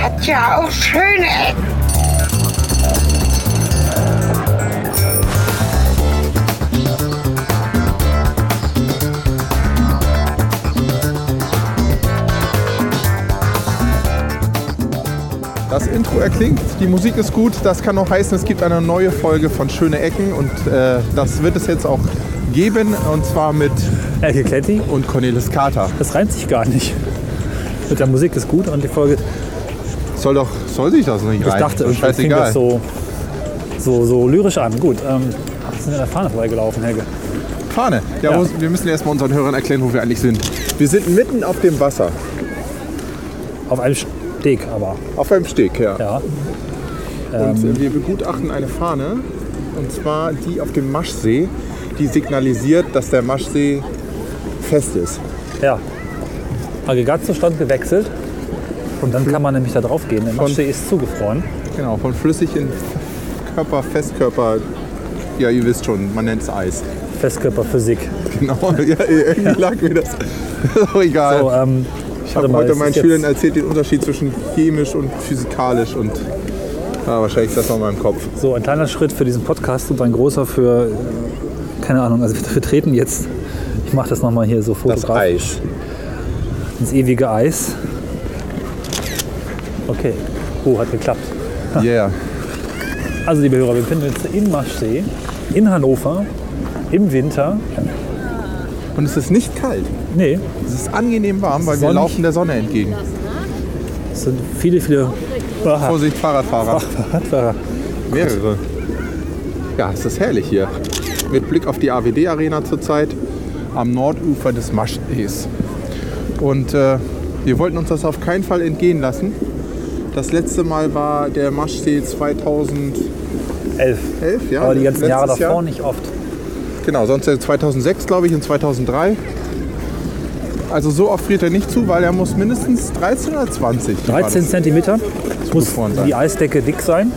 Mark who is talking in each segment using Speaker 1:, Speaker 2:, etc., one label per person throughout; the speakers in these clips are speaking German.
Speaker 1: gibt ja auch schöne Ecken.
Speaker 2: Das Intro erklingt, die Musik ist gut. Das kann auch heißen, es gibt eine neue Folge von Schöne Ecken und äh, das wird es jetzt auch geben und zwar mit
Speaker 3: Elke Kletti,
Speaker 2: und Cornelis Kater.
Speaker 3: das reimt sich gar nicht. Mit der Musik ist gut und die Folge,
Speaker 2: Soll doch, soll sich das nicht
Speaker 3: ich
Speaker 2: rein?
Speaker 3: dachte,
Speaker 2: Ist
Speaker 3: irgendwie fing
Speaker 2: scheißegal.
Speaker 3: das so, so, so lyrisch an. Gut, ähm, sind wir an der Fahne vorbeigelaufen, Helge.
Speaker 2: Fahne. Ja,
Speaker 3: Ja.
Speaker 2: Wo, wir müssen erstmal unseren Hörern erklären, wo wir eigentlich sind. Wir sind mitten auf dem Wasser.
Speaker 3: Auf einem Steg aber,
Speaker 2: Auf einem Steg, ja.
Speaker 3: ja.
Speaker 2: Und
Speaker 3: ähm.
Speaker 2: äh, wir begutachten eine Fahne, und zwar die auf dem Maschsee, die signalisiert, dass der Maschsee fest ist.
Speaker 3: Ja. Aggregatzustand gewechselt. Und dann kann man nämlich da drauf gehen. Der Maschsee ist zugefroren.
Speaker 2: Genau, von flüssig in Körper, Festkörper. Ja, ihr wisst schon, man nennt es Eis.
Speaker 3: Festkörperphysik.
Speaker 2: Genau, ja, irgendwie lag mir das. Ist auch egal.
Speaker 3: So, ähm,
Speaker 2: ich habe heute
Speaker 3: es
Speaker 2: meinen
Speaker 3: ist jetzt-
Speaker 2: Schülern erzählt den Unterschied zwischen chemisch und physikalisch und ja, wahrscheinlich ist das noch in meinem Kopf.
Speaker 3: So, ein kleiner Schritt für diesen Podcast und ein großer für, äh, keine Ahnung, also wir treten jetzt, ich mache das nochmal hier so
Speaker 2: Das
Speaker 3: fotografisch,
Speaker 2: Eis.
Speaker 3: ins ewige Eis. Okay, oh, hat geklappt.
Speaker 2: Yeah.
Speaker 3: Also, liebe Hörer, wir befinden uns in Maschsee, in Hannover, im Winter.
Speaker 2: Und es ist nicht kalt.
Speaker 3: Nee,
Speaker 2: Es ist angenehm warm, weil wir
Speaker 3: Sonnig. Ah.
Speaker 2: laufen der Sonne entgegen.
Speaker 3: es sind viele, viele Aha,
Speaker 2: Vorsicht, Fahrradfahrer.
Speaker 3: Radfahrer.
Speaker 2: Mehrere. Ja, es ist herrlich hier. Mit Blick auf die AWD-Arena zurzeit am Nordufer des Maschsees. Und äh, wir wollten uns das auf keinen Fall entgehen lassen. Das letzte Mal war der Maschsee 2011,
Speaker 3: Elf.
Speaker 2: ja?
Speaker 3: Aber die ganzen Jahre
Speaker 2: letztes
Speaker 3: davor
Speaker 2: Jahr.
Speaker 3: nicht oft.
Speaker 2: Genau, sonst äh, 2006, glaube ich, und 2003. Also so oft friert er nicht zu, weil er muss mindestens 13 oder 20. war das.
Speaker 3: 13 Zentimeter muss
Speaker 2: zugefroren sein.
Speaker 3: die Eisdecke dick sein.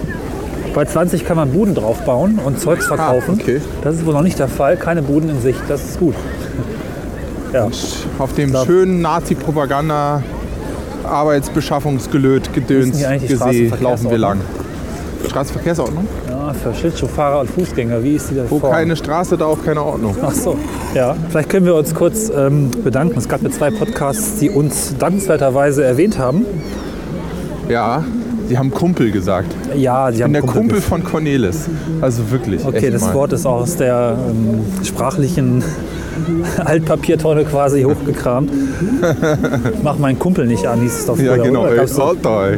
Speaker 3: Bei 20 kann man Buden draufbauen und Zeugs verkaufen.
Speaker 2: Ah, okay.
Speaker 3: Das ist wohl noch nicht der Fall. Keine Buden in Sicht. Das ist gut. Ja,
Speaker 2: Auf dem
Speaker 3: Da-
Speaker 2: schönen Nazi-Propaganda Arbeitsbeschaffungsgelöt
Speaker 3: Ist
Speaker 2: Gedöns
Speaker 3: nicht eigentlich
Speaker 2: gesehen laufen wir
Speaker 3: Straßenverkehrsordnung?
Speaker 2: lang. Straßenverkehrsordnung?
Speaker 3: ja für Schlittschuhfahrer und Fußgänger. Wie ist die da
Speaker 2: Wo keine Straße, da auch keine Ordnung.
Speaker 3: Ach so. Ja, vielleicht können wir uns kurz ähm, bedanken. Es gab ja zwei Podcasts, die uns dankenswerterweise erwähnt haben.
Speaker 2: Ja, sie haben Kumpel gesagt. Ich
Speaker 3: Ja, die haben
Speaker 2: bin der Kumpel
Speaker 3: gef-
Speaker 2: von Cornelis. Also wirklich.
Speaker 3: Okay,
Speaker 2: echt
Speaker 3: das
Speaker 2: mal.
Speaker 3: Wort ist aus der ähm, sprachlichen Altpapiertonne quasi hochgekramt. Mach meinen Kumpel nicht an, hieß es doch
Speaker 2: Ja,
Speaker 3: früher,
Speaker 2: genau.
Speaker 3: oder?
Speaker 2: Ey,
Speaker 3: Gab's so-
Speaker 2: Alter,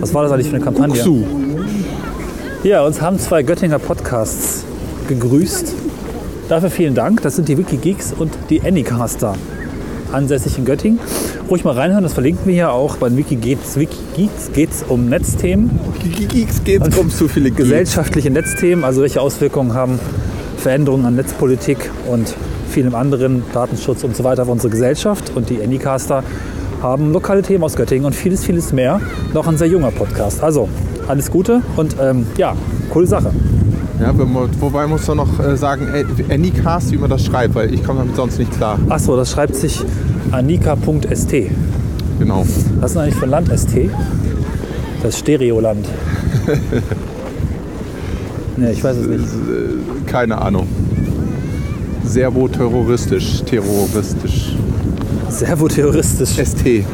Speaker 3: Was war das eigentlich für eine Kampagne?
Speaker 2: Su.
Speaker 3: Ja, uns haben zwei Göttinger Podcasts gegrüßt. Dafür vielen Dank. Das sind die Wikigeeks und die Anycaster, ansässig in Göttingen. Ruhig mal reinhören, das verlinken wir hier auch. Bei den Wikigeeks, Wikigeeks geht es um Netzthemen.
Speaker 2: Geeks geht's um zu viele Gesetze.
Speaker 3: gesellschaftliche Netzthemen, also welche Auswirkungen haben Veränderungen an Netzpolitik und vielem anderen, Datenschutz und so weiter auf unsere Gesellschaft. Und die Anycaster haben lokale Themen aus Göttingen und vieles, vieles mehr. Noch ein sehr junger Podcast. Also, alles Gute und ähm, ja, coole Sache.
Speaker 2: Ja, wir mu- wobei muss man noch äh, sagen, ey, Anycast, wie man das schreibt, weil ich komme damit sonst nicht klar.
Speaker 3: Achso, das schreibt sich anika.st.
Speaker 2: Genau.
Speaker 3: Was ist denn eigentlich für ein Land ST? Das Stereoland. nee, ich weiß es nicht.
Speaker 2: Keine Ahnung. Servo-terroristisch. Terroristisch.
Speaker 3: Servo-terroristisch.
Speaker 2: ST.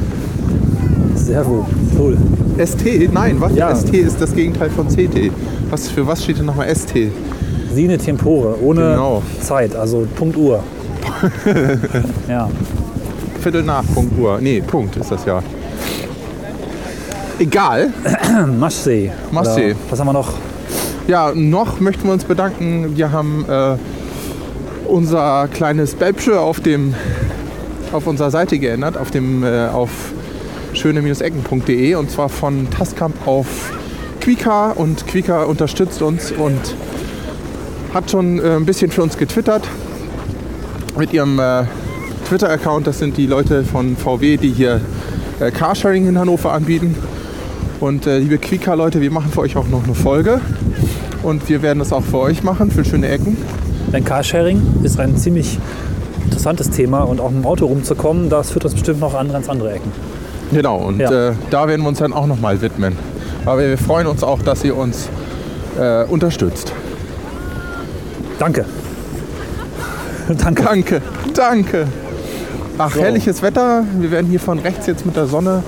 Speaker 3: Servo. Cool.
Speaker 2: ST? Nein, was?
Speaker 3: Ja.
Speaker 2: ST ist das Gegenteil von CT. Was, für was steht denn nochmal ST?
Speaker 3: Sine Tempore, ohne
Speaker 2: Genau.
Speaker 3: Zeit, also Punkt Uhr. ja.
Speaker 2: Viertel nach Punkt Uhr. Nee, Punkt ist das ja. Egal.
Speaker 3: Maschsee.
Speaker 2: Maschsee.
Speaker 3: Oder Was haben wir noch?
Speaker 2: Ja, noch möchten wir uns bedanken. Wir haben äh, unser kleines Bäbsche auf, dem, auf unserer Seite geändert, auf, dem, äh, auf schöne-ecken.de und zwar von Taskamp auf Quika und Quika unterstützt uns und hat schon äh, ein bisschen für uns getwittert mit ihrem äh, Twitter-Account. Das sind die Leute von VW, die hier äh, Carsharing in Hannover anbieten. Und äh, liebe Quika-Leute, wir machen für euch auch noch eine Folge. Und wir werden das auch für euch machen, für schöne Ecken.
Speaker 3: Denn Carsharing ist ein ziemlich interessantes Thema und auch mit dem Auto rumzukommen, das führt uns bestimmt noch an ganz andere Ecken.
Speaker 2: Genau, und
Speaker 3: Ja.
Speaker 2: äh, da werden wir uns dann auch nochmal widmen. Aber wir freuen uns auch, dass ihr uns äh, unterstützt.
Speaker 3: Danke. Danke.
Speaker 2: Danke, danke. Ach,
Speaker 3: So.
Speaker 2: herrliches Wetter. Wir werden hier von rechts jetzt mit der Sonne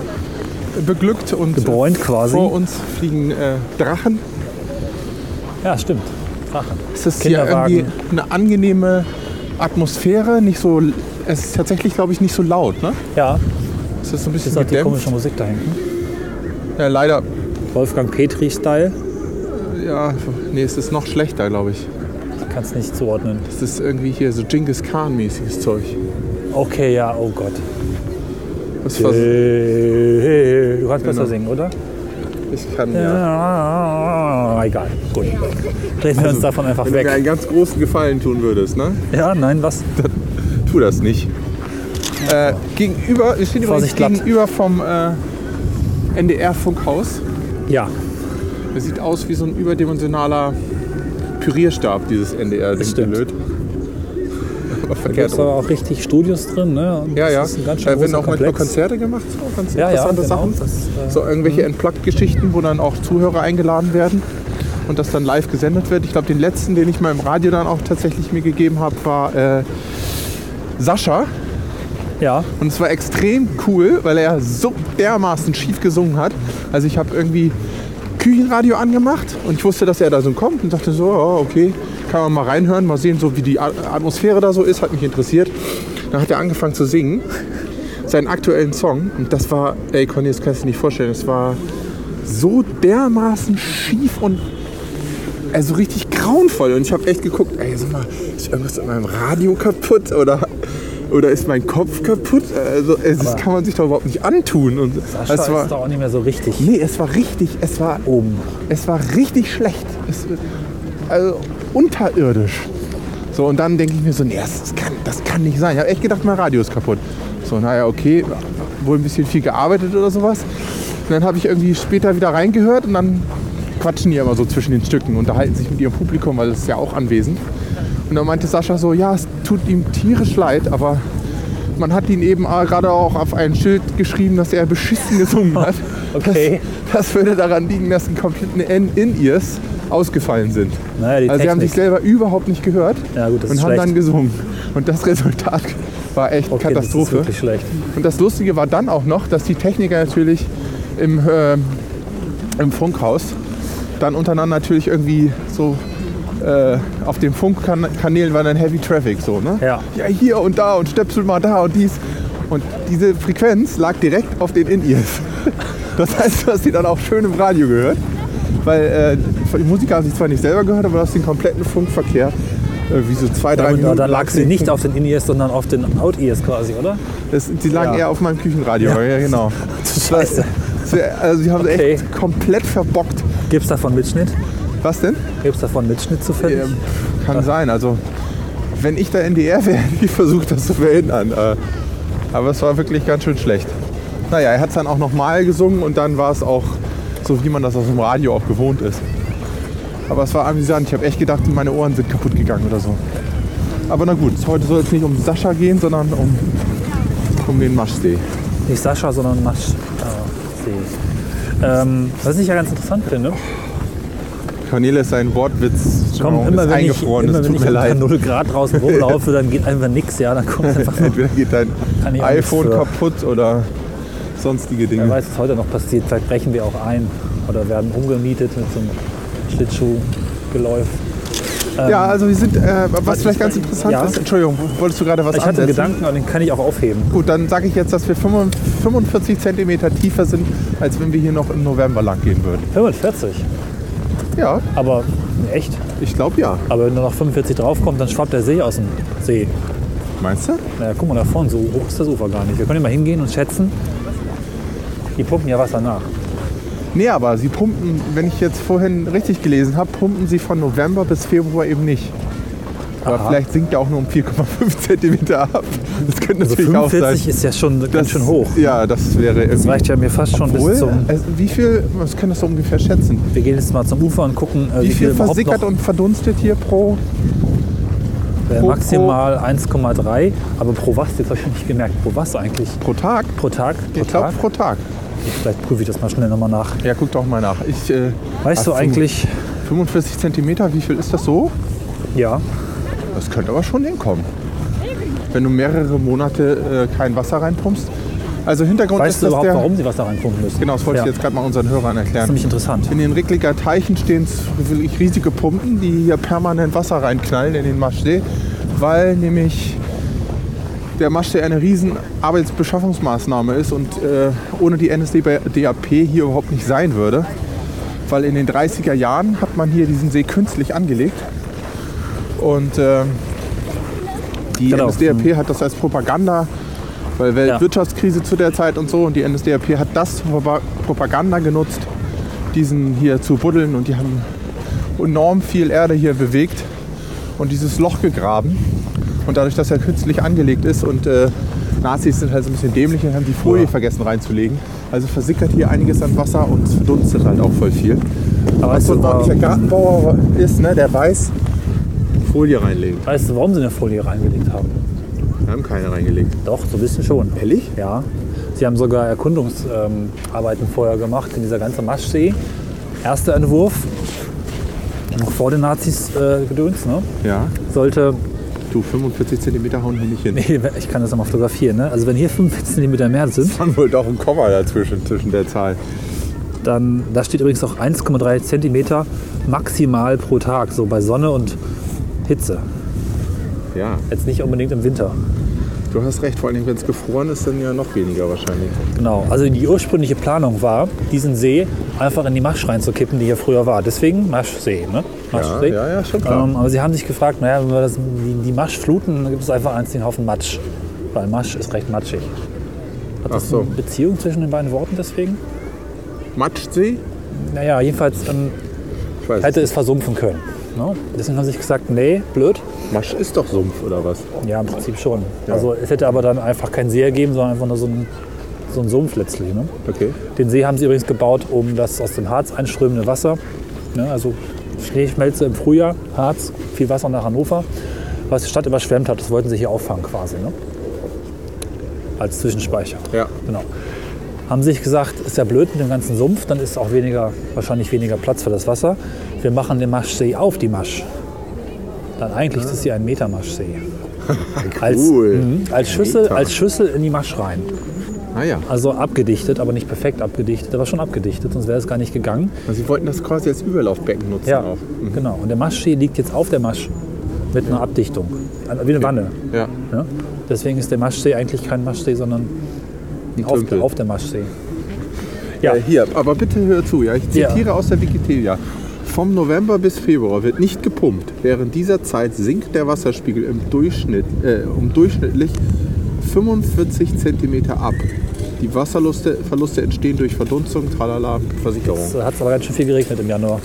Speaker 2: beglückt und
Speaker 3: Gebräunt quasi.
Speaker 2: vor uns fliegen äh, Drachen.
Speaker 3: Ja, stimmt. Drachen.
Speaker 2: Es ist hier irgendwie
Speaker 3: Kinderwagen.
Speaker 2: eine angenehme Atmosphäre. Nicht so, es ist tatsächlich, glaube ich, nicht so laut. Ne?
Speaker 3: Ja,
Speaker 2: Es ist so ein bisschen
Speaker 3: ist auch die
Speaker 2: gedämpft.
Speaker 3: komische Musik da hinten.
Speaker 2: Ja, Äh, leider.
Speaker 3: Wolfgang Petri-Style.
Speaker 2: Ja, nee, es ist noch schlechter, glaube ich.
Speaker 3: Ich kann es nicht zuordnen.
Speaker 2: Es ist irgendwie hier so Genghis Khan-mäßiges Zeug.
Speaker 3: Okay, ja, oh Gott.
Speaker 2: Das
Speaker 3: Hey,
Speaker 2: war,
Speaker 3: hey, hey. Du kannst besser
Speaker 2: Genau.
Speaker 3: singen, oder?
Speaker 2: ich kann, ja.
Speaker 3: Ja. Egal. Gut. Drehen wir uns davon einfach
Speaker 2: Also, Wenn du mir
Speaker 3: weg.
Speaker 2: einen ganz großen Gefallen tun würdest, ne?
Speaker 3: Ja, nein, was?
Speaker 2: Tu das nicht. Äh, gegenüber, wir stehen übrigens
Speaker 3: Vorsicht, glatt.
Speaker 2: gegenüber vom äh, NDR-Funkhaus.
Speaker 3: Ja,
Speaker 2: Das sieht aus wie so ein überdimensionaler Pürierstab, dieses NDR.
Speaker 3: Das stimmt.
Speaker 2: Aber
Speaker 3: da gibt
Speaker 2: verkehrt
Speaker 3: es
Speaker 2: rum.
Speaker 3: aber auch richtig Studios drin. Ne? Und
Speaker 2: um. Ja,
Speaker 3: das
Speaker 2: ja.
Speaker 3: Ist ein ganz schön
Speaker 2: Äh, werden
Speaker 3: großer
Speaker 2: auch manchmal
Speaker 3: Komplex.
Speaker 2: Konzerte gemacht, so ganz
Speaker 3: Ja, ja,
Speaker 2: interessante
Speaker 3: genau,
Speaker 2: Sachen.
Speaker 3: das, äh,
Speaker 2: so irgendwelche Unplugged-Geschichten, wo dann auch Zuhörer eingeladen werden und das dann live gesendet wird. Ich glaube, den letzten, den ich mal im Radio dann auch tatsächlich mir gegeben habe, war äh, Sascha.
Speaker 3: Ja,
Speaker 2: Und es war extrem cool, weil er so dermaßen schief gesungen hat. Also ich habe irgendwie Küchenradio angemacht und ich wusste, dass er da so kommt und dachte so, oh, okay, kann man mal reinhören, mal sehen, so wie die A- Atmosphäre da so ist, hat mich interessiert. Dann hat er angefangen zu singen, seinen aktuellen Song. Und das war, ey Conny, das kannst du dir nicht vorstellen, es war so dermaßen schief und also richtig grauenvoll. Und ich habe echt geguckt, ey, sag mal, ist irgendwas an meinem Radio kaputt oder, oder ist mein Kopf kaputt? Also, ey, das kann man sich doch überhaupt nicht antun. Und
Speaker 3: Sascha
Speaker 2: es
Speaker 3: ist
Speaker 2: war,
Speaker 3: doch auch nicht mehr so richtig
Speaker 2: nee, es war richtig, es war,
Speaker 3: oben.
Speaker 2: es war richtig schlecht. Es, also unterirdisch. So, und dann denke ich mir so, nee, das kann, das kann nicht sein. Ich habe echt gedacht, mein Radio ist kaputt. So, naja, okay, wohl ein bisschen viel gearbeitet oder sowas. Und dann habe ich irgendwie später wieder reingehört und dann quatschen die immer so zwischen den Stücken, unterhalten sich mit ihrem Publikum, weil das ist ja auch anwesend. Und dann meinte Sascha so, ja, es tut ihm tierisch leid, aber man hat ihn eben auch gerade auch auf ein Schild geschrieben, dass er beschissen gesungen hat.
Speaker 3: Okay.
Speaker 2: Das, das würde daran liegen, dass die kompletten In-Ears ausgefallen sind.
Speaker 3: Naja, die
Speaker 2: also sie haben sich
Speaker 3: Technik.
Speaker 2: selber überhaupt nicht gehört
Speaker 3: Ja, gut, das
Speaker 2: und
Speaker 3: ist
Speaker 2: haben
Speaker 3: schlecht.
Speaker 2: dann gesungen. Und das Resultat war echt
Speaker 3: Okay,
Speaker 2: Katastrophe.
Speaker 3: Das ist wirklich schlecht.
Speaker 2: und das Lustige war dann auch noch, dass die Techniker natürlich im, äh, im Funkhaus dann untereinander natürlich irgendwie so äh, auf den Funkkanälen war dann Heavy Traffic so, ne?
Speaker 3: Ja.
Speaker 2: Ja, hier und da und Stöpsel mal da und dies. Und diese Frequenz lag direkt auf den In-Ears. Das heißt, du hast die dann auch schön im Radio gehört. Weil äh, die Musiker haben sich zwar nicht selber gehört, aber du hast den kompletten Funkverkehr, äh, wie so zwei, drei
Speaker 3: Ja, gut, aber
Speaker 2: Minuten.
Speaker 3: dann lag sie
Speaker 2: den
Speaker 3: nicht
Speaker 2: Funk-
Speaker 3: auf den In-Ears, sondern auf den Out-Ears quasi, oder?
Speaker 2: Das, die lagen
Speaker 3: Ja.
Speaker 2: eher auf meinem Küchenradio, ja, genau.
Speaker 3: Scheiße.
Speaker 2: Das- Also die haben es
Speaker 3: Okay.
Speaker 2: echt komplett verbockt.
Speaker 3: Gibt es davon Mitschnitt?
Speaker 2: Was denn?
Speaker 3: Gibt es davon Mitschnitt zufällig?
Speaker 2: Ähm, kann sein. Also, wenn ich da NDR wäre, hätte ich versucht, das zu verhindern. Äh, Aber es war wirklich ganz schön schlecht. Naja, er hat es dann auch nochmal gesungen und dann war es auch so, wie man das aus dem Radio auch gewohnt ist. Aber es war amüsant. Ich habe echt gedacht, meine Ohren sind kaputt gegangen oder so. Aber na gut, heute soll es nicht um Sascha gehen, sondern um, um den Maschsee.
Speaker 3: Nicht Sascha, sondern Masch. Ah, sehe ich. Ähm, was ich ja ganz interessant finde,
Speaker 2: Cornelia ist ein Wortwitz.
Speaker 3: kommt immer
Speaker 2: Genau, ist
Speaker 3: wenn ich,
Speaker 2: eingefroren,
Speaker 3: immer,
Speaker 2: es
Speaker 3: wenn
Speaker 2: tut
Speaker 3: ich
Speaker 2: mir
Speaker 3: unter
Speaker 2: leid.
Speaker 3: 0 Grad draußen rumlaufe, dann geht einfach nix, ja, dann kommt einfach nur,
Speaker 2: Entweder geht dein
Speaker 3: Kann ich auch nichts
Speaker 2: iPhone
Speaker 3: für.
Speaker 2: kaputt oder sonstige Dinge.
Speaker 3: wer weiß, was heute noch passiert, vielleicht brechen wir auch ein oder werden umgemietet mit so einem Schlittschuhgeläuf.
Speaker 2: Ja, also wir sind, äh, was vielleicht ganz
Speaker 3: ich-
Speaker 2: interessant
Speaker 3: ja.
Speaker 2: ist, Entschuldigung, wolltest du gerade was
Speaker 3: Ich hatte einen
Speaker 2: ansetzen?
Speaker 3: Gedanken, aber den kann ich auch aufheben.
Speaker 2: Gut, dann sage ich jetzt, dass wir 45 Zentimeter tiefer sind, als wenn wir hier noch im November lang gehen würden.
Speaker 3: 45,
Speaker 2: Ja,
Speaker 3: aber echt.
Speaker 2: ich glaube ja.
Speaker 3: Aber wenn da noch 45 draufkommt, dann schwappt der See aus dem See.
Speaker 2: Meinst du?
Speaker 3: Naja, guck mal da vorne, so hoch ist das Ufer gar nicht. Wir können ja mal hingehen und schätzen. Die pumpen ja Wasser nach.
Speaker 2: Nee, aber sie pumpen, wenn ich jetzt vorhin richtig gelesen habe, pumpen sie von November bis Februar eben nicht. Aber
Speaker 3: Aha.
Speaker 2: vielleicht sinkt ja auch nur um 4,5 Zentimeter ab. Das könnte
Speaker 3: Also
Speaker 2: natürlich auch sein.
Speaker 3: 45 ist ja schon ganz schön hoch.
Speaker 2: Ja, das wäre
Speaker 3: Das
Speaker 2: irgendwie...
Speaker 3: reicht ja mir fast schon
Speaker 2: Obwohl,
Speaker 3: bis zum. Also
Speaker 2: also wie viel, was können das so ungefähr schätzen?
Speaker 3: Wir gehen jetzt mal zum Ufer und gucken, äh,
Speaker 2: Wie, viel
Speaker 3: überhaupt
Speaker 2: versickert
Speaker 3: noch,
Speaker 2: und verdunstet hier pro
Speaker 3: Äh,
Speaker 2: Pro-
Speaker 3: maximal 1,3. Aber pro was? Jetzt habe ich nicht gemerkt. Pro was eigentlich?
Speaker 2: Pro Tag?
Speaker 3: Pro Tag? Pro
Speaker 2: Ich glaube
Speaker 3: Tag?
Speaker 2: pro Tag.
Speaker 3: Vielleicht prüfe ich das mal schnell nochmal nach.
Speaker 2: Ja, guck doch mal nach. Ich, äh,
Speaker 3: Weißt
Speaker 2: ach,
Speaker 3: du eigentlich,
Speaker 2: 45 Zentimeter, wie viel ist das so?
Speaker 3: ja,
Speaker 2: Das könnte aber schon hinkommen. Wenn du mehrere Monate äh, kein Wasser reinpumpst. Also Hintergrund
Speaker 3: weißt
Speaker 2: ist,
Speaker 3: du
Speaker 2: dass
Speaker 3: überhaupt,
Speaker 2: der,
Speaker 3: warum sie was da reinpumpen müssen?
Speaker 2: Genau, das wollte
Speaker 3: ja.
Speaker 2: ich jetzt gerade mal unseren Hörern
Speaker 3: Das ist
Speaker 2: erklären.
Speaker 3: nämlich interessant.
Speaker 2: In den Rickliger Teichen stehen wirklich riesige Pumpen, die hier permanent Wasser reinknallen in den Maschsee, weil nämlich der Maschsee eine riesen Arbeitsbeschaffungsmaßnahme ist und äh, ohne die NSDAP hier überhaupt nicht sein würde. Weil in den 30er Jahren hat man hier diesen See künstlich angelegt und äh, die
Speaker 3: Genau.
Speaker 2: NSDAP hat das als Propaganda weil Weltwirtschaftskrise zu der Zeit und so und die NSDAP hat das zur Propa- Propaganda genutzt, diesen hier zu buddeln und die haben enorm viel Erde hier bewegt und dieses Loch gegraben und dadurch, dass er künstlich angelegt ist und äh, Nazis sind halt so ein bisschen dämlich und haben die Folie vergessen reinzulegen. Also versickert hier einiges an Wasser und es verdunstet halt auch voll viel.
Speaker 3: Aber weißt
Speaker 2: So
Speaker 3: du,
Speaker 2: ein ordentlicher
Speaker 3: warum,
Speaker 2: Gartenbauer ist, ne, der weiß, Folie reinlegen.
Speaker 3: weißt du, warum sie eine Folie reingelegt haben?
Speaker 2: Wir haben keine reingelegt.
Speaker 3: Doch, so ein bisschen schon.
Speaker 2: Ehrlich?
Speaker 3: Ja. Sie haben sogar Erkundungsarbeiten ähm, Arbeiten vorher gemacht in dieser ganzen Maschsee. Erster Entwurf, noch vor den Nazis äh, gedöns, ne?
Speaker 2: Ja.
Speaker 3: sollte,
Speaker 2: Du, 45 Zentimeter hauen hier nicht hin.
Speaker 3: nee, ich kann das nochmal fotografieren, ne? also wenn hier 45 cm mehr sind,
Speaker 2: waren wohl doch ein Komma dazwischen, zwischen der Zahl.
Speaker 3: dann, da steht übrigens auch 1,3 cm maximal pro Tag, so bei Sonne und Hitze.
Speaker 2: Ja,
Speaker 3: Jetzt nicht unbedingt im Winter.
Speaker 2: du hast recht, vor allem wenn es gefroren ist, dann ja noch weniger wahrscheinlich.
Speaker 3: Genau, also die ursprüngliche Planung war, diesen See einfach in die Masch reinzukippen, die hier früher war. Deswegen Maschsee, ne? Maschsee.
Speaker 2: ja, ja, schon klar.
Speaker 3: Ähm, aber sie haben sich gefragt, naja, wenn wir das, die, die Masch fluten, dann gibt es einfach einen Haufen Matsch. Weil Masch ist recht matschig. Hat
Speaker 2: Ach
Speaker 3: das
Speaker 2: so.
Speaker 3: eine Beziehung zwischen den beiden Worten deswegen?
Speaker 2: Matschsee?
Speaker 3: Naja, jedenfalls ähm,
Speaker 2: Ich weiß
Speaker 3: hätte es versumpfen können. Ne? Deswegen haben sie sich gesagt, nee, blöd.
Speaker 2: nicht. Matsch ist doch Sumpf oder was?
Speaker 3: Ja, im Prinzip schon. Also es hätte aber dann einfach keinen See ergeben, sondern einfach nur so einen, so einen Sumpf letztlich. Ne?
Speaker 2: Okay.
Speaker 3: Den See haben sie übrigens gebaut, um das aus dem Harz einströmende Wasser, ne, also Schneeschmelze im Frühjahr, Harz, viel Wasser nach Hannover, was die Stadt überschwemmt hat, das wollten sie hier auffangen quasi. Ne? Als Zwischenspeicher.
Speaker 2: Ja.
Speaker 3: Genau. Haben sich gesagt, ist ja blöd mit dem ganzen Sumpf, dann ist auch weniger, wahrscheinlich weniger Platz für das Wasser. Wir machen den Maschsee auf die Masch. Dann eigentlich ist es hier ein Meter Maschsee. Als,
Speaker 2: Cool.
Speaker 3: Mhm, als, Schüssel,
Speaker 2: Meter.
Speaker 3: als Schüssel in die Masch rein.
Speaker 2: Ah ja.
Speaker 3: Also abgedichtet, aber nicht perfekt abgedichtet, aber schon abgedichtet, sonst wäre es gar nicht gegangen.
Speaker 2: Also sie wollten das quasi als Überlaufbecken nutzen auch.
Speaker 3: genau. Und der Maschsee liegt jetzt auf der Masch mit einer Abdichtung, Also wie eine Wanne.
Speaker 2: Ja.
Speaker 3: Ne? Deswegen ist der Maschsee eigentlich kein Maschsee, sondern auf,
Speaker 2: Tümpel.
Speaker 3: auf der Maschsee. Ja.
Speaker 2: Äh, hier, aber bitte hör zu, ja. Ich
Speaker 3: Ja.
Speaker 2: zitiere aus der Wikipedia. Vom November bis Februar wird nicht gepumpt. Während dieser Zeit sinkt der Wasserspiegel im Durchschnitt äh, um durchschnittlich 45 cm ab. Die Wasserverluste Verluste entstehen durch Verdunstung, Tralala, Versickerung.
Speaker 3: Da hat es aber ganz schön viel geregnet im Januar.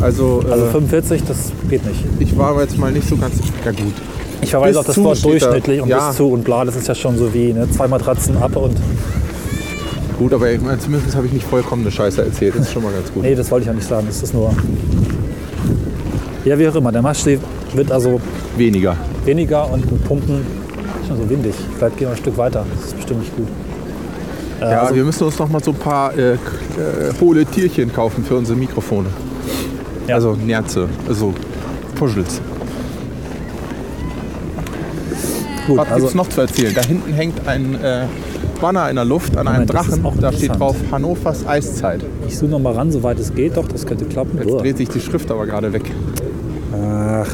Speaker 2: Also,
Speaker 3: Also
Speaker 2: äh,
Speaker 3: 45, das geht nicht.
Speaker 2: ich war jetzt mal nicht so ganz. Ja, gut.
Speaker 3: Ich verweise
Speaker 2: Bis
Speaker 3: auf das
Speaker 2: zu
Speaker 3: Wort
Speaker 2: steht da.
Speaker 3: durchschnittlich und
Speaker 2: Ja.
Speaker 3: bis zu und bla, das ist ja schon so wie ne? zwei Matratzen ab und.
Speaker 2: Gut, aber ich meine, zumindest habe ich nicht vollkommene Scheiße erzählt. Das ist schon mal ganz gut.
Speaker 3: Nee, das wollte ich ja nicht sagen, das ist nur. Ja, wie auch immer, der Maschsee wird also
Speaker 2: Weniger.
Speaker 3: weniger und mit Pumpen ist schon so windig. Vielleicht gehen wir ein Stück weiter. Das ist bestimmt nicht gut. Äh,
Speaker 2: Ja,
Speaker 3: also,
Speaker 2: wir müssen uns noch mal so ein paar äh, k- äh, hohle Tierchen kaufen für unsere Mikrofone.
Speaker 3: Ja.
Speaker 2: Also Nerze, also Puzzles.
Speaker 3: gut,
Speaker 2: Was gibt's
Speaker 3: also,
Speaker 2: noch zu erzählen? Da hinten hängt ein äh, Banner in der Luft an einem
Speaker 3: Moment, das ist
Speaker 2: Drachen.
Speaker 3: auch
Speaker 2: Da steht
Speaker 3: interessant.
Speaker 2: drauf Hannovers Eiszeit.
Speaker 3: ich zoome noch mal ran, soweit es geht. Doch, das könnte klappen.
Speaker 2: Jetzt
Speaker 3: Uah.
Speaker 2: dreht sich die Schrift aber gerade weg.
Speaker 3: Ach,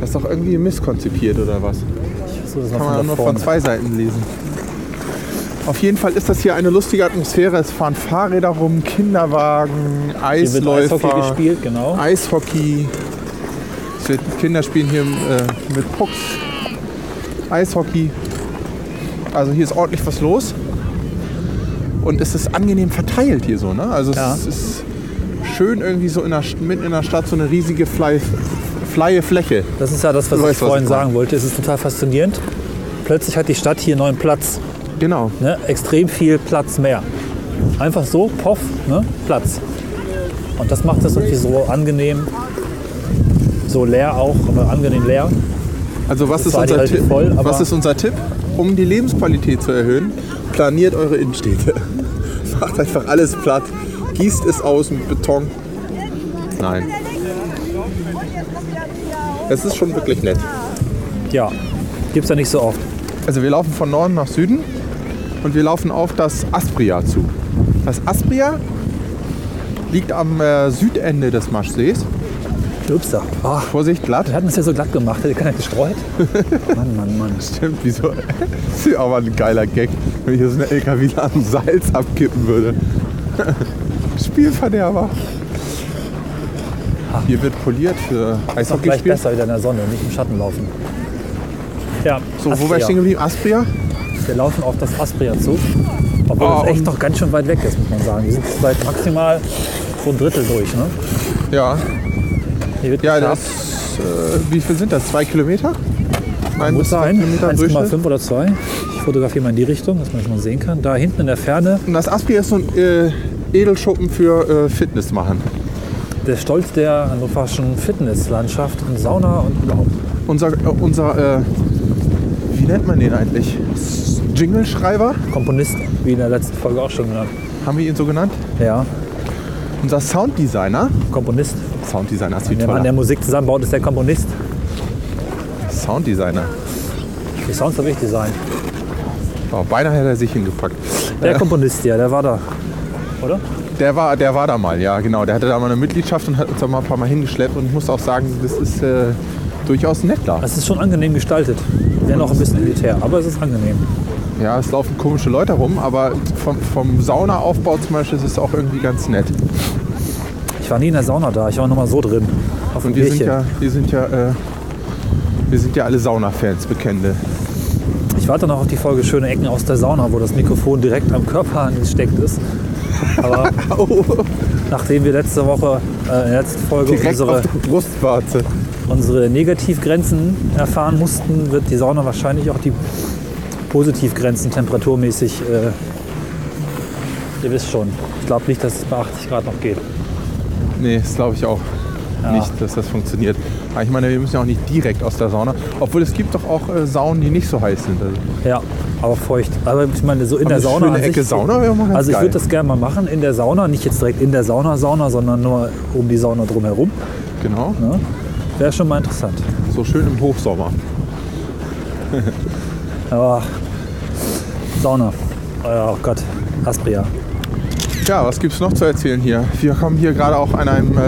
Speaker 2: Das ist doch irgendwie misskonzipiert oder was?
Speaker 3: ich versuche das
Speaker 2: Kann
Speaker 3: mal
Speaker 2: man
Speaker 3: von da
Speaker 2: nur von
Speaker 3: vorne.
Speaker 2: zwei Seiten lesen. Auf jeden Fall ist das hier eine lustige Atmosphäre. Es fahren Fahrräder rum, Kinderwagen,
Speaker 3: Hier wird
Speaker 2: Eisläufer,
Speaker 3: Eishockey gespielt, genau.
Speaker 2: Eishockey. Es wird Kinder spielen hier äh, mit Pucks. Eishockey. Also hier ist ordentlich was los. Und es ist angenehm verteilt hier so. Ne? Also es
Speaker 3: Ja.
Speaker 2: ist schön irgendwie so in der, St- mitten in der Stadt so eine riesige freie, freie Fläche.
Speaker 3: Das ist ja das, was
Speaker 2: Du
Speaker 3: ich
Speaker 2: weißt, was
Speaker 3: vorhin
Speaker 2: ich meine.
Speaker 3: sagen wollte. Es ist total faszinierend. Plötzlich hat die Stadt hier neuen Platz.
Speaker 2: Genau.
Speaker 3: Ne? Extrem viel Platz mehr. Einfach so, poff, ne? Platz. Und das macht es irgendwie so angenehm. Es so leer auch, aber angenehm leer.
Speaker 2: Also was ist,
Speaker 3: war die
Speaker 2: unser
Speaker 3: alte
Speaker 2: Tipp,
Speaker 3: voll, aber-
Speaker 2: was ist unser Tipp, um die Lebensqualität zu erhöhen? Planiert eure Innenstädte. Macht einfach alles platt. Gießt es aus mit Beton. Nein. Es ist schon wirklich nett.
Speaker 3: Ja, gibt's ja nicht so oft.
Speaker 2: Also wir laufen von Norden nach Süden und wir laufen auf das Aspria zu. Das Aspria liegt am äh, Südende des Maschsees.
Speaker 3: Upsa. Ah,
Speaker 2: Vorsicht, glatt.
Speaker 3: wir hatten es ja so glatt gemacht, hätte keiner gestreut. Mann, Mann, Mann.
Speaker 2: Stimmt, wieso? Das ist aber ein geiler Gag, wenn ich aus einer LKW am Salz abkippen würde. Spielverderber. Hier wird poliert für
Speaker 3: Ist doch gleich
Speaker 2: Eishockeyspiel.
Speaker 3: besser wieder in der Sonne, nicht im Schatten laufen. Ja,
Speaker 2: So, wo war ich
Speaker 3: Aspria.
Speaker 2: stehen geblieben? Aspria?
Speaker 3: Wir laufen auf das Aspria zu, obwohl
Speaker 2: Ah,
Speaker 3: es echt
Speaker 2: und-
Speaker 3: noch ganz schön weit weg ist, muss man sagen. Wir sind seit maximal so ein Drittel durch. Ne?
Speaker 2: Ja.
Speaker 3: Hier wird
Speaker 2: Ja,
Speaker 3: geschabt.
Speaker 2: das. Äh, wie viel sind das? Zwei Kilometer? Nein,
Speaker 3: Muss
Speaker 2: bis zwei
Speaker 3: sein,
Speaker 2: Kilometer ne? im Durchschnitt.
Speaker 3: 1,5 oder 2. Ich fotografiere mal in die Richtung, dass man das mal sehen kann. Da hinten in der Ferne
Speaker 2: Und das Aspria ist so ein äh, Edelschuppen für äh, Fitness machen.
Speaker 3: der Stolz der hannoverschen Fitnesslandschaft und Sauna und überhaupt.
Speaker 2: Unser, äh, unser äh, wie nennt man den eigentlich? Jingle-Schreiber?
Speaker 3: Komponist, wie in der letzten Folge auch schon genannt.
Speaker 2: Haben wir ihn so genannt?
Speaker 3: Ja,
Speaker 2: Unser Sounddesigner.
Speaker 3: Komponist.
Speaker 2: Sounddesigner ist wie
Speaker 3: Der Mann, der Musik zusammenbaut, ist der Komponist.
Speaker 2: Sounddesigner.
Speaker 3: Die Sounds habe ich designt.
Speaker 2: Oh, beinahe hätte er sich hingepackt.
Speaker 3: Der Komponist, ja, der war da. Oder?
Speaker 2: Der war, der war da mal, ja genau. Der hatte da mal eine Mitgliedschaft und hat uns da mal ein paar Mal hingeschleppt. Und ich muss auch sagen, das ist äh, durchaus nett da.
Speaker 3: Es ist schon angenehm gestaltet. Dennoch ein bisschen elitär, aber es ist angenehm.
Speaker 2: Ja, es laufen komische Leute rum, aber vom, vom Saunaaufbau zum Beispiel ist es auch irgendwie ganz nett.
Speaker 3: Ich war nie in der Sauna da, ich war noch mal so drin. Auf dem
Speaker 2: Und wir sind
Speaker 3: Bierchen.
Speaker 2: ja, wir sind ja, äh, wir sind ja alle Sauna-Fans, Bekennende.
Speaker 3: Ich warte noch auf die Folge Schöne Ecken aus der Sauna, wo das Mikrofon direkt am Körper angesteckt ist. Aber nachdem wir letzte Woche, äh, in der letzten Folge
Speaker 2: Direkt
Speaker 3: unsere,
Speaker 2: auf der Brustwarze.
Speaker 3: unsere Negativgrenzen erfahren mussten, wird die Sauna wahrscheinlich auch die Positivgrenzen temperaturmäßig, äh, ihr wisst schon. Ich glaube nicht, dass es bei 80 Grad noch geht.
Speaker 2: Nee, das glaube ich auch nicht, dass das funktioniert. Aber ich meine, wir müssen ja auch nicht direkt aus der Sauna. Obwohl es gibt doch auch äh, Saunen, die nicht so heiß sind. Also,
Speaker 3: Ja, aber feucht. Aber ich meine, so in
Speaker 2: Aber eine
Speaker 3: der Sauna.
Speaker 2: schöne
Speaker 3: an sich-
Speaker 2: Ecke Sauna wäre mal ganz
Speaker 3: Also ich
Speaker 2: geil.
Speaker 3: würde das gerne mal machen in der Sauna, nicht jetzt direkt in der Sauna Sauna, sondern nur um die Sauna drumherum.
Speaker 2: genau.
Speaker 3: Ne? Wäre schon mal interessant.
Speaker 2: So schön im Hochsommer.
Speaker 3: Aber Sauna. Oh Gott, Aspria.
Speaker 2: Ja, was gibt's noch zu erzählen hier? Wir kommen hier gerade auch an einem, äh,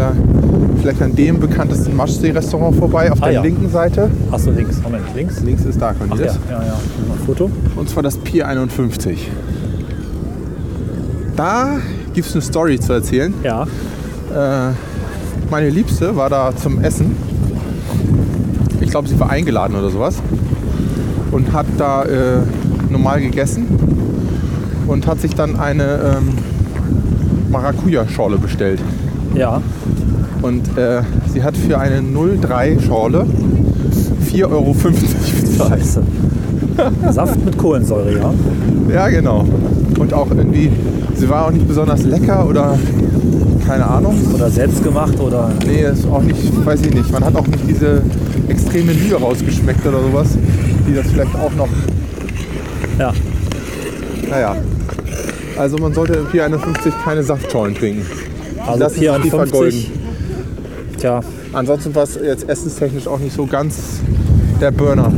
Speaker 2: vielleicht an dem bekanntesten Maschsee-Restaurant vorbei. Auf
Speaker 3: Ah,
Speaker 2: der
Speaker 3: ja.
Speaker 2: linken Seite.
Speaker 3: Achso, links. Moment, links.
Speaker 2: Links ist da,
Speaker 3: Ach ja,
Speaker 2: Cornelis.
Speaker 3: ja, ja. Mal ein Foto.
Speaker 2: Und zwar das Pier 51. Da gibt's eine Story zu erzählen.
Speaker 3: Ja.
Speaker 2: Äh, meine Liebste war da zum Essen. Ich glaube, sie war eingeladen oder sowas. Und hat da äh, normal gegessen. Und hat sich dann eine ähm, Maracuja-Schorle bestellt.
Speaker 3: Ja.
Speaker 2: Und äh, sie hat für eine 03-Schorle 4,50 Euro bezahlt.
Speaker 3: Scheiße. Saft mit Kohlensäure, ja.
Speaker 2: Ja, genau. Und auch irgendwie, sie war auch nicht besonders lecker oder keine Ahnung.
Speaker 3: Oder selbst gemacht oder.
Speaker 2: Nee, ist auch nicht, weiß ich nicht. Man hat auch nicht diese extreme Mühe rausgeschmeckt oder sowas, die das vielleicht auch noch,
Speaker 3: Ja.
Speaker 2: naja. Also man sollte im 451 keine Saftschollen trinken.
Speaker 3: Also
Speaker 2: lassen sich die
Speaker 3: 54. Tja,
Speaker 2: Ansonsten war es jetzt essenstechnisch auch nicht so ganz der Burner.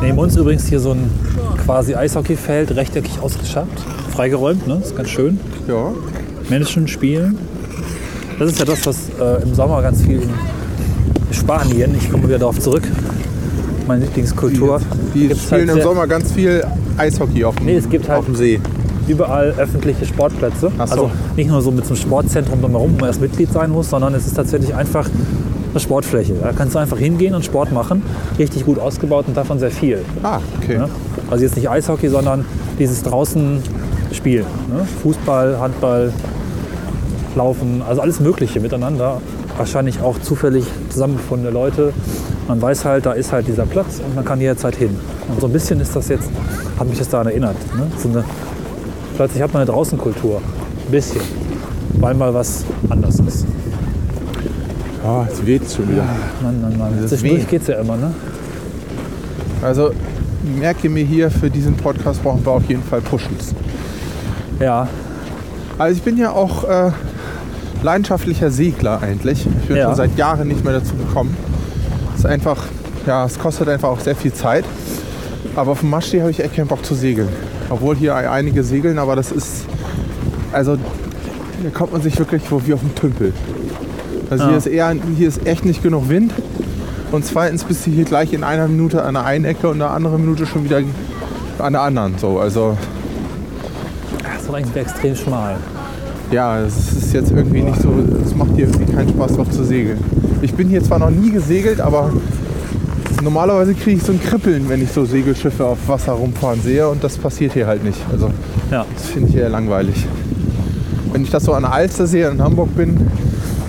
Speaker 3: Neben uns übrigens hier so ein quasi Eishockeyfeld, rechteckig ausgeschafft, freigeräumt, ne? Ist ganz schön.
Speaker 2: Ja,
Speaker 3: Menschen spielen. Das ist ja das, was äh, im Sommer ganz viel in Spanien, ich komme wieder darauf zurück, meine Lieblingskultur.
Speaker 2: die
Speaker 3: Gibt's halt
Speaker 2: spielen im
Speaker 3: sehr-
Speaker 2: Sommer ganz viel Eishockey auf dem,
Speaker 3: Nee, es gibt halt-
Speaker 2: auf dem See.
Speaker 3: Überall öffentliche Sportplätze.
Speaker 2: Ach so.
Speaker 3: Also nicht nur so mit so einem Sportzentrum drumherum, wo man erst Mitglied sein muss, sondern es ist tatsächlich einfach eine Sportfläche. Da kannst du einfach hingehen und Sport machen. Richtig gut ausgebaut und davon sehr viel.
Speaker 2: Ah, okay.
Speaker 3: Ne? Also jetzt nicht Eishockey, sondern dieses draußen Spiel. Ne? Fußball, Handball, Laufen, also alles Mögliche miteinander. Wahrscheinlich auch zufällig zusammengefundene Leute. Man weiß halt, da ist halt dieser Platz und man kann jederzeit hin. Und so ein bisschen ist das jetzt, hat mich das daran erinnert. Ne? So eine, plötzlich hat man eine Draußenkultur. Ein bisschen. Weil mal was anders ist.
Speaker 2: Oh, es weht schon wieder.
Speaker 3: Mann, Mann, Mann.
Speaker 2: Dieses
Speaker 3: Zwischendurch
Speaker 2: Weh.
Speaker 3: geht's ja immer, ne?
Speaker 2: Also merke mir hier, für diesen Podcast brauchen wir auf jeden Fall Pushies.
Speaker 3: Ja,
Speaker 2: Also ich bin ja auch äh, leidenschaftlicher Segler eigentlich. Ich bin
Speaker 3: Ja.
Speaker 2: schon seit Jahren nicht mehr dazu gekommen. Es ist einfach, ja, es kostet einfach auch sehr viel Zeit. Aber auf dem Maschsee habe ich echt keinen Bock zu segeln. Obwohl hier ei- einige segeln, aber das ist, also hier kommt man sich wirklich vor wie auf dem Tümpel. Also
Speaker 3: Ah.
Speaker 2: hier ist eher, hier ist echt nicht genug Wind. Und zweitens bist du hier gleich in einer Minute an der einen Ecke und in der anderen Minute schon wieder an der anderen. So, also
Speaker 3: das ist doch eigentlich extrem schmal.
Speaker 2: ja, es ist jetzt irgendwie nicht so, es macht hier irgendwie keinen Spaß drauf zu segeln. Ich bin hier zwar noch nie gesegelt, aber normalerweise kriege ich so ein Kribbeln, wenn ich so Segelschiffe auf Wasser rumfahren sehe und das passiert hier halt nicht. Also
Speaker 3: Ja,
Speaker 2: das finde ich eher langweilig. Wenn ich das so an der Alster sehe, in Hamburg bin,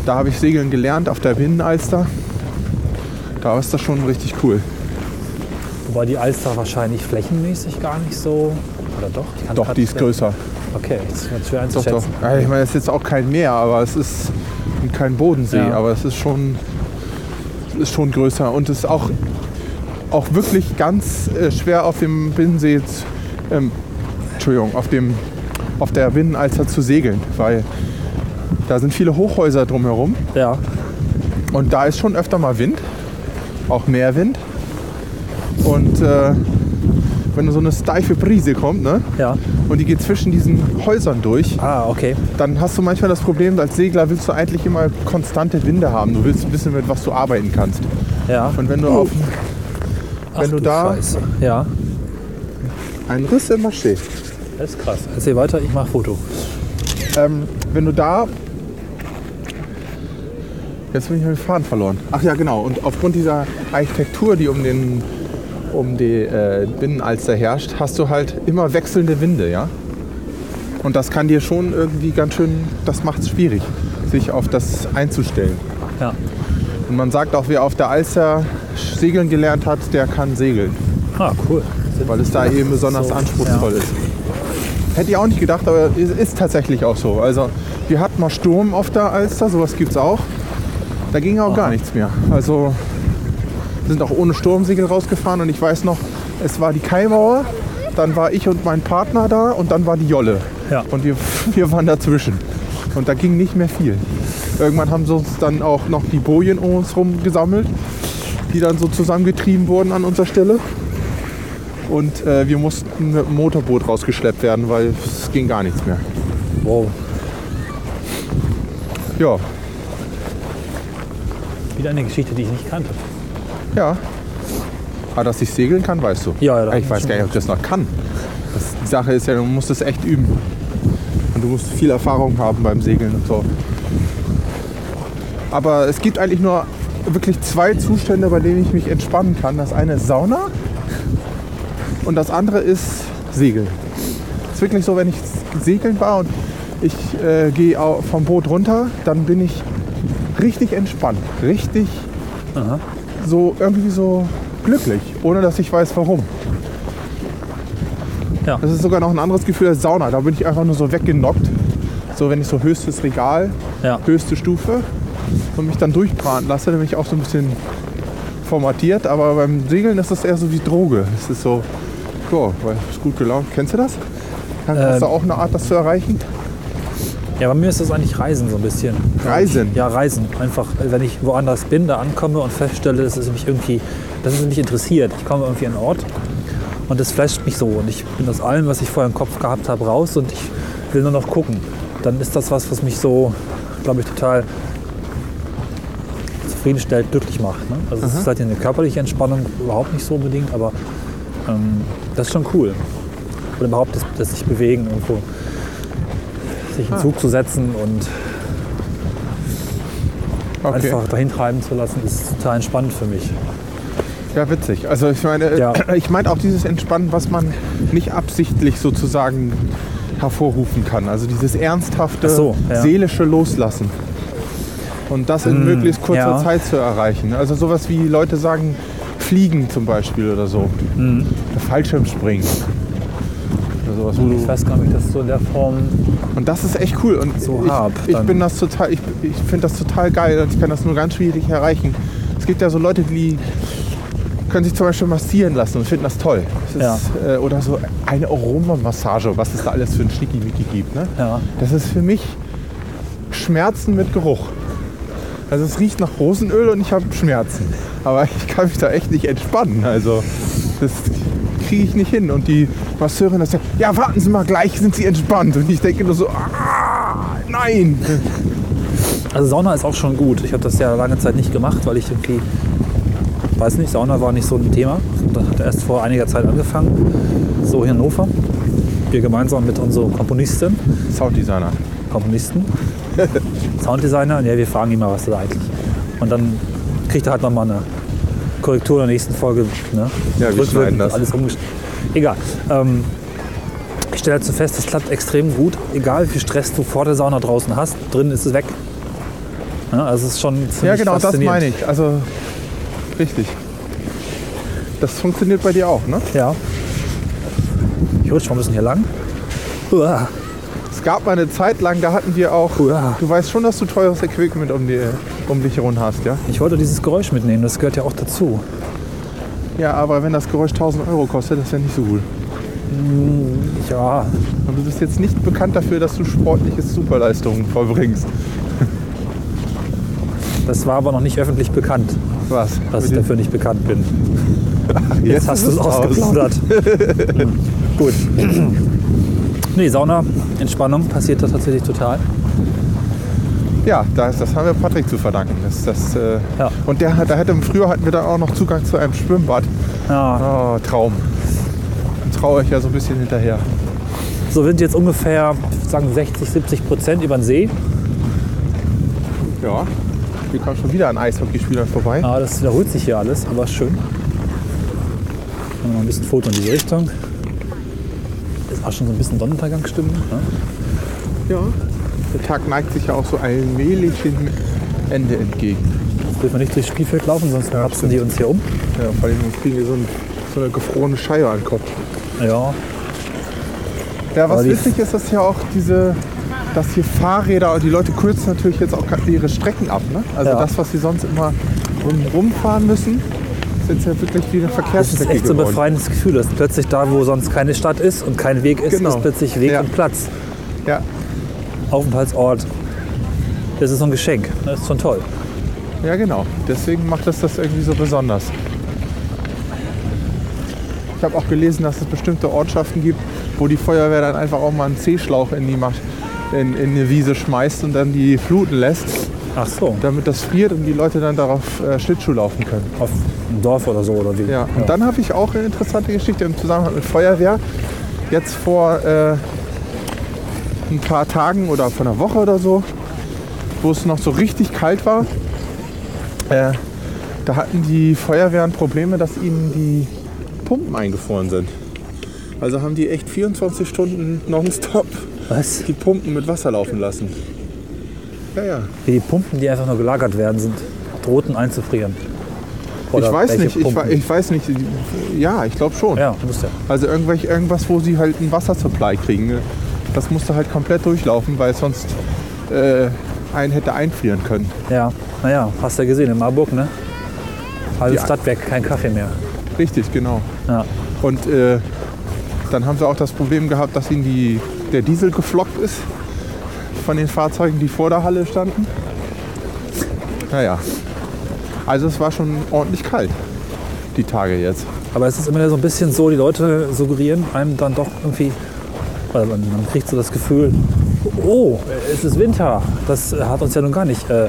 Speaker 2: da habe ich segeln gelernt, auf der Binnenalster. Da ist das schon richtig cool.
Speaker 3: wobei die Alster wahrscheinlich flächenmäßig gar nicht so. Oder doch? Ich kann
Speaker 2: Doch,
Speaker 3: grad-
Speaker 2: die ist größer.
Speaker 3: Okay, das ist ganz schwer
Speaker 2: Doch,
Speaker 3: einzuschätzen.
Speaker 2: doch. Ja, ich meine, es ist jetzt auch kein Meer, aber es ist und kein Bodensee,
Speaker 3: Ja.
Speaker 2: aber es ist schon, es ist schon größer und es ist auch, auch wirklich ganz äh, schwer auf dem Binnensee, zu- ähm, Entschuldigung, auf, dem, auf der Binnenalster zu segeln, weil da sind viele Hochhäuser drumherum
Speaker 3: Ja,
Speaker 2: und da ist schon öfter mal Wind, auch mehr Wind. Und äh, wenn so eine steife Brise kommt ne,
Speaker 3: ja.
Speaker 2: und die geht zwischen diesen Häusern durch,
Speaker 3: Ah, okay.
Speaker 2: dann hast du manchmal das Problem, als Segler willst du eigentlich immer konstante Winde haben. Du willst wissen, mit was du arbeiten kannst.
Speaker 3: Ja.
Speaker 2: Und wenn du auf
Speaker 3: Ach,
Speaker 2: wenn du da-
Speaker 3: Scheiße. Ja,
Speaker 2: einen Riss im Maschee,
Speaker 3: das ist krass. Erzähl weiter, ich mach Foto.
Speaker 2: ähm, wenn du da jetzt bin ich mit dem Faden verloren. Ach ja, genau. Und aufgrund dieser Architektur, die um den um die äh, Binnenalster herrscht, hast du halt immer wechselnde Winde, ja. Und das kann dir schon irgendwie ganz schön, das macht es schwierig, sich auf das einzustellen.
Speaker 3: Ja.
Speaker 2: Und man sagt auch, wer auf der Alster segeln gelernt hat, der kann segeln,
Speaker 3: Ah, cool.
Speaker 2: weil es da eben besonders
Speaker 3: So,
Speaker 2: anspruchsvoll ist. Hätte ich auch nicht gedacht, aber es ist tatsächlich auch so. Also wir hatten mal Sturm auf der Alster, sowas gibt es auch. Da ging auch gar nichts mehr. Also wir sind auch ohne Sturmsegel rausgefahren und ich weiß noch, es war die Kaimauer, dann war ich und mein Partner da und dann war die Jolle.
Speaker 3: Ja.
Speaker 2: Und wir, wir waren dazwischen. Und da ging nicht mehr viel. Irgendwann haben sie uns dann auch noch die Bojen um uns rum gesammelt, die dann so zusammengetrieben wurden an unserer Stelle. Und äh, wir mussten mit dem Motorboot rausgeschleppt werden, weil es ging gar nichts mehr.
Speaker 3: Wow.
Speaker 2: Ja,
Speaker 3: Wieder eine Geschichte, die ich nicht kannte.
Speaker 2: ja. Aber Ah, dass ich segeln kann, weißt du. Ah,
Speaker 3: Ja, ja, da-
Speaker 2: Ich weiß gar nicht, ob ich das noch kann. Das, die Sache ist ja, du musst es echt üben. Und du musst viel Erfahrung haben beim Segeln und so. Aber es gibt eigentlich nur wirklich zwei Zustände, bei denen ich mich entspannen kann. Das eine ist Sauna und das andere ist Segeln. Es ist wirklich so, wenn ich segeln war und ich äh, gehe au- vom Boot runter, dann bin ich richtig entspannt, richtig
Speaker 3: Aha.
Speaker 2: so irgendwie so glücklich, ohne dass ich weiß warum.
Speaker 3: Ja.
Speaker 2: Das ist sogar noch ein anderes Gefühl als Sauna. Da bin ich einfach nur so weggenockt. So, wenn ich so höchstes Regal,
Speaker 3: Ja.
Speaker 2: höchste Stufe und mich dann durchbraten lasse, dann bin ich auch so ein bisschen formatiert. Aber beim Segeln ist das eher so wie Droge. Es ist so, ja, weil es gut gelaunt. Kennst du das? Hast
Speaker 3: Ähm.
Speaker 2: du auch eine Art, das zu erreichen?
Speaker 3: Ja, bei mir ist das eigentlich Reisen so ein bisschen.
Speaker 2: Reisen?
Speaker 3: Ja, Reisen. Einfach, wenn ich woanders bin, da ankomme und feststelle, dass es mich irgendwie, dass es mich interessiert. Ich komme irgendwie an einen Ort und das flasht mich so. Und ich bin aus allem, was ich vorher im Kopf gehabt habe, raus und ich will nur noch gucken. Dann ist das was, was mich so, glaube ich, total zufriedenstellt, glücklich macht. Ne? Also es ist halt eine körperliche Entspannung überhaupt nicht so unbedingt, aber ähm, das ist schon cool. Oder überhaupt, dass, dass sich bewegen irgendwo. Sich in den Zug zu setzen und
Speaker 2: Okay.
Speaker 3: einfach dahin treiben zu lassen, ist total entspannend für mich.
Speaker 2: Ja, witzig. Also ich meine,
Speaker 3: Ja.
Speaker 2: ich meine auch dieses Entspannen, was man nicht absichtlich sozusagen hervorrufen kann. Also dieses ernsthafte,
Speaker 3: Ach so, ja. Mm,
Speaker 2: seelische Loslassen. Und das in möglichst kurzer
Speaker 3: ja.
Speaker 2: Zeit zu erreichen. Also sowas wie Leute sagen,
Speaker 3: Mm.
Speaker 2: fliegen zum Beispiel oder so. Fallschirmspringen. oder sowas. Wo
Speaker 3: Ich
Speaker 2: du,
Speaker 3: weiß gar nicht, ob ich das so in der Form
Speaker 2: und das ist echt cool. Und
Speaker 3: So
Speaker 2: ich,
Speaker 3: hab,
Speaker 2: ich
Speaker 3: dann-
Speaker 2: bin das total, ich, ich finde das total geil und ich kann das nur ganz schwierig erreichen. Es gibt ja so Leute, die können sich zum Beispiel massieren lassen und finden das toll. Das ist, äh, oder so eine Aromamassage, was es da alles für ein Schnickimicki gibt. Ne?
Speaker 3: Ja.
Speaker 2: Das ist für mich Schmerzen mit Geruch. Also es riecht nach Rosenöl und ich habe Schmerzen. Aber ich kann mich da echt nicht entspannen. Also das kriege ich nicht hin. Und die Masseurin das sagt, ja warten Sie mal, gleich sind Sie entspannt. Und ich denke nur so, ah, nein.
Speaker 3: Also Sauna ist auch schon gut. Ich habe das ja lange Zeit nicht gemacht, weil ich irgendwie, weiß nicht, Sauna war nicht so ein Thema. Das hat erst vor einiger Zeit angefangen. So hier in Hannover. Wir gemeinsam mit unserer Komponistin,
Speaker 2: Sounddesigner.
Speaker 3: Komponisten, Sounddesigner, ja, wir fragen ihn mal, was er da eigentlich. Und dann kriegt er halt nochmal eine Korrektur in der nächsten Folge. Ne?
Speaker 2: Ja, wir
Speaker 3: Rückwirkend
Speaker 2: schneiden das.
Speaker 3: Alles umgesch- Egal. Ähm, ich stelle dazu fest, das klappt extrem gut. Egal wie viel Stress du vor der Sauna draußen hast, drinnen ist es weg. Ja, also es ist schon ziemlich
Speaker 2: Ja genau, das
Speaker 3: faszinierend.
Speaker 2: meine ich. Also richtig. Das funktioniert bei dir auch, ne?
Speaker 3: Ja. Ich rutsche mal ein bisschen hier lang. Uah.
Speaker 2: Es gab mal eine Zeit lang, da hatten wir auch.
Speaker 3: Uah.
Speaker 2: Du weißt schon, dass du teures Equipment um, die, um dich herum hast, ja?
Speaker 3: Ich wollte dieses Geräusch mitnehmen, das gehört ja auch dazu.
Speaker 2: Ja, aber wenn das Geräusch 1000 Euro kostet, das ist ja nicht so gut.
Speaker 3: Ja,
Speaker 2: Und du bist jetzt nicht bekannt dafür, dass du sportliche Superleistungen vollbringst.
Speaker 3: das war aber noch nicht öffentlich bekannt,
Speaker 2: Was?
Speaker 3: dass ich
Speaker 2: Mit
Speaker 3: dafür nicht bekannt bin.
Speaker 2: dem-
Speaker 3: Jetzt, hast du
Speaker 2: ist
Speaker 3: es
Speaker 2: raus.
Speaker 3: ausgeplaudert. Hm, Gut. Nee, Sauna, Entspannung passiert da tatsächlich total.
Speaker 2: Ja, das, das haben wir Patrick zu verdanken. Das, das, äh,
Speaker 3: Ja.
Speaker 2: Und der, hat- da hätte, früher hatten wir dann auch noch Zugang zu einem Schwimmbad.
Speaker 3: Ja.
Speaker 2: Oh, Traum. Dann traue ich ja so ein bisschen hinterher.
Speaker 3: So wir sind jetzt ungefähr sagen 60, 70 Prozent über den See.
Speaker 2: Ja. Wir kommen schon wieder an Eishockeyspielern vorbei.
Speaker 3: Ja, das wiederholt sich hier alles, aber schön. Machen wir mal ein bisschen Foto in diese Richtung. Es war schon so ein bisschen Sonnenuntergangsstimmung. Ne?
Speaker 2: Ja. Der Tag neigt sich ja auch so allmählich dem Ende entgegen.
Speaker 3: Jetzt dürfen wir nicht durchs Spielfeld laufen, sonst rapsen die uns hier um.
Speaker 2: Ja, vor allem kriegen wir so, ein, so eine gefrorene Scheibe an den Kopf.
Speaker 3: Ja,
Speaker 2: Ja, was
Speaker 3: Aber die-
Speaker 2: witzig ist, dass hier auch diese, dass hier Fahrräder und die Leute kürzen natürlich jetzt auch gerade ihre Strecken ab. Ne? Also
Speaker 3: Ja.
Speaker 2: das, was sie sonst immer rum, rumfahren müssen, ist jetzt ja wirklich wie eine
Speaker 3: das ist
Speaker 2: Verkehrsstrecke
Speaker 3: echt so ein
Speaker 2: geworden.
Speaker 3: befreiendes Gefühl, dass plötzlich da, wo sonst keine Stadt ist und kein Weg ist,
Speaker 2: Genau.
Speaker 3: ist plötzlich Weg
Speaker 2: Ja.
Speaker 3: und Platz.
Speaker 2: Ja,
Speaker 3: Aufenthaltsort. Das ist so ein Geschenk. Das ist schon toll.
Speaker 2: ja, genau. Deswegen macht das das irgendwie so besonders. Ich habe auch gelesen, dass es bestimmte Ortschaften gibt, wo die Feuerwehr dann einfach auch mal einen C-Schlauch in die Macht, in, in eine Wiese schmeißt und dann die fluten lässt,
Speaker 3: Ach so,
Speaker 2: damit das friert und die Leute dann darauf äh, Schlittschuh laufen können.
Speaker 3: auf dem Dorf oder so oder wie?
Speaker 2: Ja, und dann habe ich auch eine interessante Geschichte im Zusammenhang mit Feuerwehr. Jetzt vor äh, ein paar Tagen oder vor einer Woche oder so, wo es noch so richtig kalt war, äh, da hatten die Feuerwehren Probleme, dass ihnen die Pumpen eingefroren sind. Also haben die echt 24 Stunden nonstop
Speaker 3: Was?
Speaker 2: die Pumpen mit Wasser laufen lassen. Ja, ja.
Speaker 3: Wie die Pumpen, die einfach nur gelagert werden, sind drohten einzufrieren. Oder
Speaker 2: Ich weiß
Speaker 3: welche
Speaker 2: nicht, ich, we-
Speaker 3: Pumpen?
Speaker 2: ich weiß nicht. Ja, ich glaube schon.
Speaker 3: Ja, muss ja.
Speaker 2: Also irgendwelch, irgendwas, wo sie halt einen Wassersupply kriegen. ne? Das musste halt komplett durchlaufen, weil sonst äh, einen hätte einfrieren können.
Speaker 3: Ja, naja, hast ja gesehen, in Marburg, ne? Halbe
Speaker 2: Ja.
Speaker 3: Stadt weg, kein Kaffee mehr.
Speaker 2: Richtig, genau.
Speaker 3: Ja.
Speaker 2: Und äh, dann haben sie auch das Problem gehabt, dass ihnen die, der Diesel geflockt ist von den Fahrzeugen, die vor der Halle standen. Naja, also es war schon ordentlich kalt, die Tage jetzt.
Speaker 3: Aber es ist immer so ein bisschen so, die Leute suggerieren einem dann doch irgendwie, oder man, man kriegt so das Gefühl, oh, es ist Winter. Das hat uns ja nun gar nicht, äh,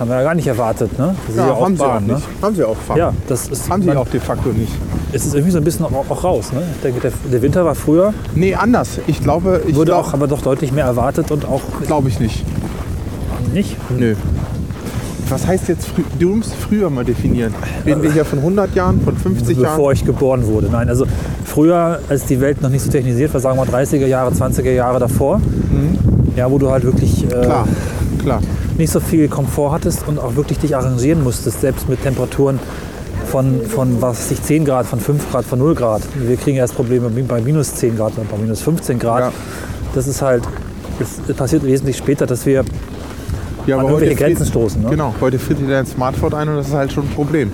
Speaker 3: haben wir ja gar nicht erwartet, ne? Das ist ja auch Bahn, ne?
Speaker 2: Haben sie auch Fahrt.
Speaker 3: Ja, das ist,
Speaker 2: Haben sie
Speaker 3: man-
Speaker 2: auch de facto nicht.
Speaker 3: es ist irgendwie so ein bisschen auch, auch raus, ne? Ich denke, der, der Winter war früher,
Speaker 2: Nee, anders. Ich glaube, ich
Speaker 3: wurde
Speaker 2: glaube
Speaker 3: auch aber doch deutlich mehr erwartet und auch
Speaker 2: glaub ich nicht.
Speaker 3: nicht.
Speaker 2: Nö. Was heißt jetzt frü du musst früher mal definieren? Reden wir hier von 100 Jahren, von 50 Jahren?
Speaker 3: Also Bevor ich geboren wurde. Nein, also früher, als die Welt noch nicht so technisiert war, sagen wir 30er Jahre, 20er Jahre davor, ja, wo du halt wirklich äh,
Speaker 2: Mhm. Klar, klar.
Speaker 3: nicht so viel Komfort hattest und auch wirklich dich arrangieren musstest, selbst mit Temperaturen von, von was weiß ich, 10 Grad, von 5 Grad, von 0 Grad. Wir kriegen erst Probleme bei minus 10 Grad und bei minus 15 Grad.
Speaker 2: Ja.
Speaker 3: Das ist halt, es passiert wesentlich später, dass wir
Speaker 2: Ja,
Speaker 3: An irgendwelche
Speaker 2: friert-
Speaker 3: Grenzen stoßen, ne?
Speaker 2: Genau, heute friert dir dein Smartphone ein und das ist halt schon ein Problem,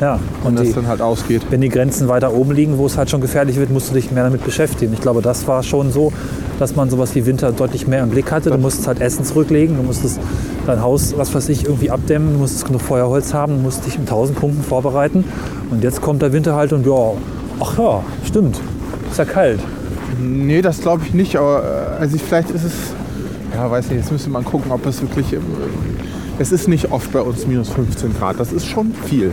Speaker 3: Ja,
Speaker 2: wenn
Speaker 3: und
Speaker 2: das
Speaker 3: die,
Speaker 2: dann halt ausgeht.
Speaker 3: wenn die Grenzen weiter oben liegen, wo es halt schon gefährlich wird, musst du dich mehr damit beschäftigen. Ich glaube, das war schon so, dass man sowas wie Winter deutlich mehr im Blick hatte. Du musstest halt Essen zurücklegen, du musstest dein Haus, was weiß ich, irgendwie abdämmen, du musstest genug Feuerholz haben, du musstest dich in tausend Punkten vorbereiten. Und jetzt kommt der Winter halt und ja, ach ja, stimmt, ist ja kalt.
Speaker 2: Nee, das glaube ich nicht, aber äh, also ich, vielleicht ist es, ja weiß nicht, jetzt müsste man gucken, ob es wirklich, im, es ist nicht oft bei uns minus 15 Grad, das ist schon viel.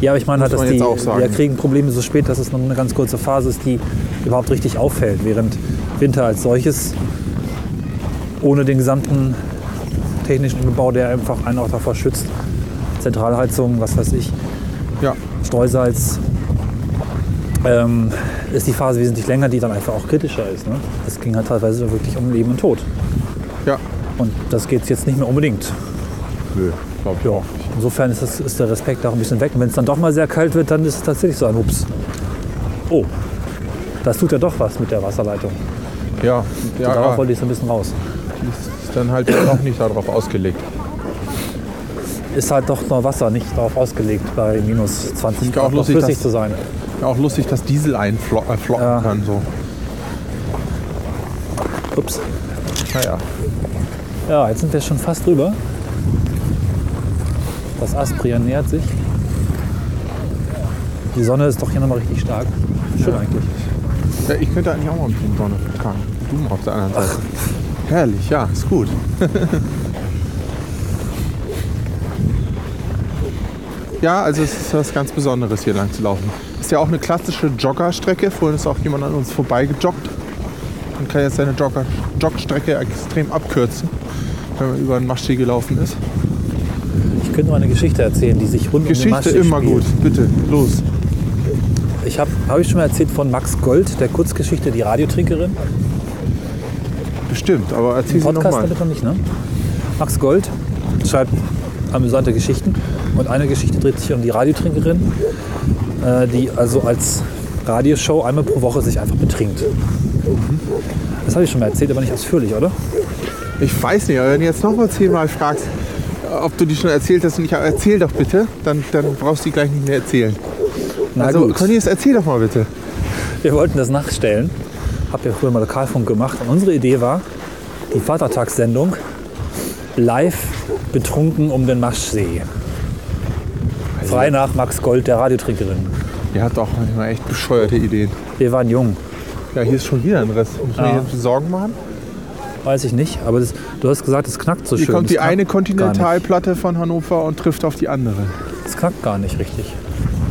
Speaker 3: Ja, aber ich meine halt,
Speaker 2: Muss
Speaker 3: dass
Speaker 2: man
Speaker 3: die
Speaker 2: jetzt auch sagen.
Speaker 3: wir kriegen Probleme so spät, dass es nur eine ganz kurze Phase ist, die überhaupt richtig auffällt, während Winter als solches ohne den gesamten technischen Bebau, der einfach einen auch davor schützt, Zentralheizung, was weiß ich,
Speaker 2: Ja,
Speaker 3: Streusalz, ähm, ist die Phase wesentlich länger, die dann einfach auch kritischer ist. Ne? Es ging halt teilweise wirklich um Leben und Tod.
Speaker 2: ja.
Speaker 3: Und das geht jetzt nicht mehr unbedingt.
Speaker 2: Nö, glaube ich
Speaker 3: Ja,
Speaker 2: auch.
Speaker 3: insofern ist, das, ist der Respekt auch ein bisschen weg. Und wenn es dann doch mal sehr kalt wird, dann ist es tatsächlich so ein Ups. Oh, das tut ja doch was mit der Wasserleitung.
Speaker 2: Ja, ja,
Speaker 3: Darauf
Speaker 2: ja
Speaker 3: wollte ich so ein bisschen raus.
Speaker 2: ist dann halt auch nicht darauf ausgelegt.
Speaker 3: Ist halt doch nur Wasser, nicht darauf ausgelegt, bei minus 20
Speaker 2: Ist ja auch
Speaker 3: Grad noch
Speaker 2: lustig,
Speaker 3: flüssig
Speaker 2: dass-
Speaker 3: zu sein.
Speaker 2: Ja, auch lustig, dass Diesel einflocken äh, flocken
Speaker 3: Ja.
Speaker 2: kann, so.
Speaker 3: Ups.
Speaker 2: Naja,
Speaker 3: Ja, jetzt sind wir schon fast drüber. Das Aspria nähert sich. Die Sonne ist doch hier nochmal richtig stark. Schön eigentlich.
Speaker 2: ja, ich könnte eigentlich auch mal ein bisschen Sonne vertragen. Du mal auf der anderen Seite. Herrlich, ja, ist gut. ja, also es ist was ganz Besonderes, hier lang zu laufen. Ist ja auch eine klassische Joggerstrecke. Vorhin ist auch jemand an uns vorbeigejoggt. Man kann jetzt seine Jogger Jogstrecke extrem abkürzen, wenn man über einen Maschi gelaufen ist.
Speaker 3: Ich könnte mal eine Geschichte erzählen, die sich rund um die
Speaker 2: Geschichte
Speaker 3: Masche
Speaker 2: immer
Speaker 3: spielt.
Speaker 2: gut, bitte, los.
Speaker 3: Ich habe hab ich schon mal erzählt von Max Gold, der Kurzgeschichte Die Radiotrinkerin.
Speaker 2: Bestimmt, aber erzähl sie
Speaker 3: Podcast
Speaker 2: nochmal.
Speaker 3: damit noch nicht, ne? Max Gold schreibt amüsante Geschichten und eine Geschichte dreht sich um die Radiotrinkerin, äh, die also als Radioshow einmal pro Woche sich einfach betrinkt. Das habe ich schon mal erzählt, aber nicht ausführlich, oder?
Speaker 2: Ich weiß nicht, aber wenn du jetzt nochmal zehnmal fragst, ob du die schon erzählt hast und ich erzähl doch bitte, dann, dann brauchst du die gleich nicht mehr erzählen.
Speaker 3: Na
Speaker 2: also,
Speaker 3: gut.
Speaker 2: Cornelius, erzähl doch mal bitte.
Speaker 3: Wir wollten das nachstellen. Hab ja früher mal Lokalfunk gemacht. Und unsere Idee war, die Vatertagssendung live betrunken um den Maschsee.
Speaker 2: Also
Speaker 3: Frei nach Max Gold, der Radiotrinkerin.
Speaker 2: Ihr habt auch manchmal echt bescheuerte Ideen.
Speaker 3: Wir waren jung.
Speaker 2: Ja, hier ist schon wieder ein Riss. Muss man
Speaker 3: Ja.
Speaker 2: hier Sorgen machen?
Speaker 3: Weiß ich nicht, aber das, du hast gesagt, es knackt so
Speaker 2: Hier
Speaker 3: schön.
Speaker 2: kommt die
Speaker 3: Das knackt
Speaker 2: eine
Speaker 3: gar
Speaker 2: Kontinentalplatte von Hannover und trifft auf die andere.
Speaker 3: nicht. Es knackt gar nicht richtig.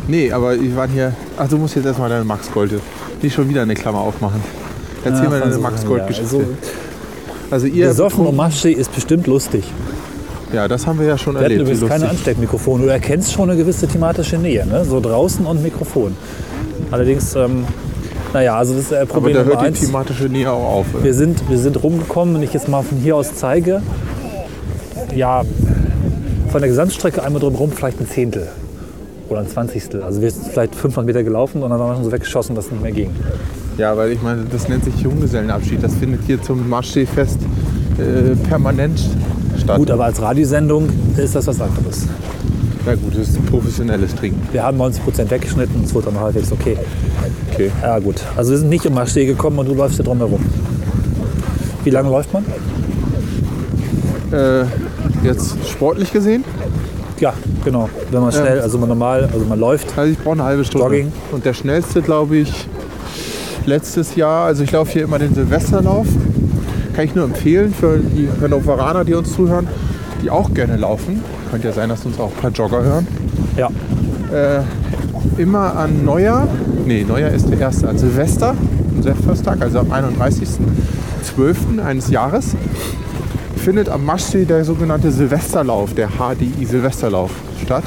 Speaker 2: Nee, aber wir waren hier. Ach, du musst jetzt erstmal deine Max Gold. Nicht schon wieder eine Klammer aufmachen. Erzähl
Speaker 3: Ja,
Speaker 2: mal deine
Speaker 3: Franzosen,
Speaker 2: Max
Speaker 3: ja.
Speaker 2: Gold-Geschichte.
Speaker 3: Also,
Speaker 2: Also, ihr.
Speaker 3: Besoffen um Masche ist bestimmt lustig.
Speaker 2: Ja, das haben wir ja schon
Speaker 3: Wir hatten
Speaker 2: erlebt. wie
Speaker 3: übrigens keine
Speaker 2: lustig.
Speaker 3: Ansteckmikrofone. Du erkennst schon eine gewisse thematische Nähe, ne? so draußen und Mikrofon. Allerdings, ähm, naja, also das ist äh,
Speaker 2: aber
Speaker 3: Problem
Speaker 2: da
Speaker 3: Nummer
Speaker 2: hört die
Speaker 3: eins.
Speaker 2: thematische Nähe auch auf.
Speaker 3: Wir sind, wir sind rumgekommen, wenn ich jetzt mal von hier aus zeige, ja, von der Gesamtstrecke einmal drumherum vielleicht ein Zehntel oder ein Zwanzigstel. Also wir sind vielleicht 500 Meter gelaufen und dann waren wir schon so weggeschossen, dass es nicht mehr ging.
Speaker 2: Ja, weil ich meine, das nennt sich Junggesellenabschied. Das findet hier zum Marschseefest äh, permanent statt.
Speaker 3: Gut, aber als Radiosendung ist das was anderes.
Speaker 2: ja, gut, das ist professionelles Trinken.
Speaker 3: Wir haben 90% weggeschnitten und es wurde dann halbwegs okay.
Speaker 2: Okay.
Speaker 3: Ja gut, also wir sind nicht um Marschsee gekommen und du läufst hier drumherum. Wie lange läuft man?
Speaker 2: Äh, jetzt sportlich gesehen,
Speaker 3: Ja, genau. Wenn man schnell, also man normal, also man läuft.
Speaker 2: also ich brauche eine halbe Stunde.
Speaker 3: Jogging.
Speaker 2: Und der schnellste, glaube ich, letztes Jahr, also ich laufe hier immer den Silvesterlauf. Kann ich nur empfehlen für die Hannoveraner, die uns zuhören, die auch gerne laufen. Könnte ja sein, dass uns auch ein paar Jogger hören.
Speaker 3: Ja,
Speaker 2: äh, immer an Neujahr, nee, Neujahr ist der erste, an Silvester, am Silvestertag, also am 31.12. eines Jahres, findet am Maschsee der sogenannte Silvesterlauf, der HDI-Silvesterlauf statt.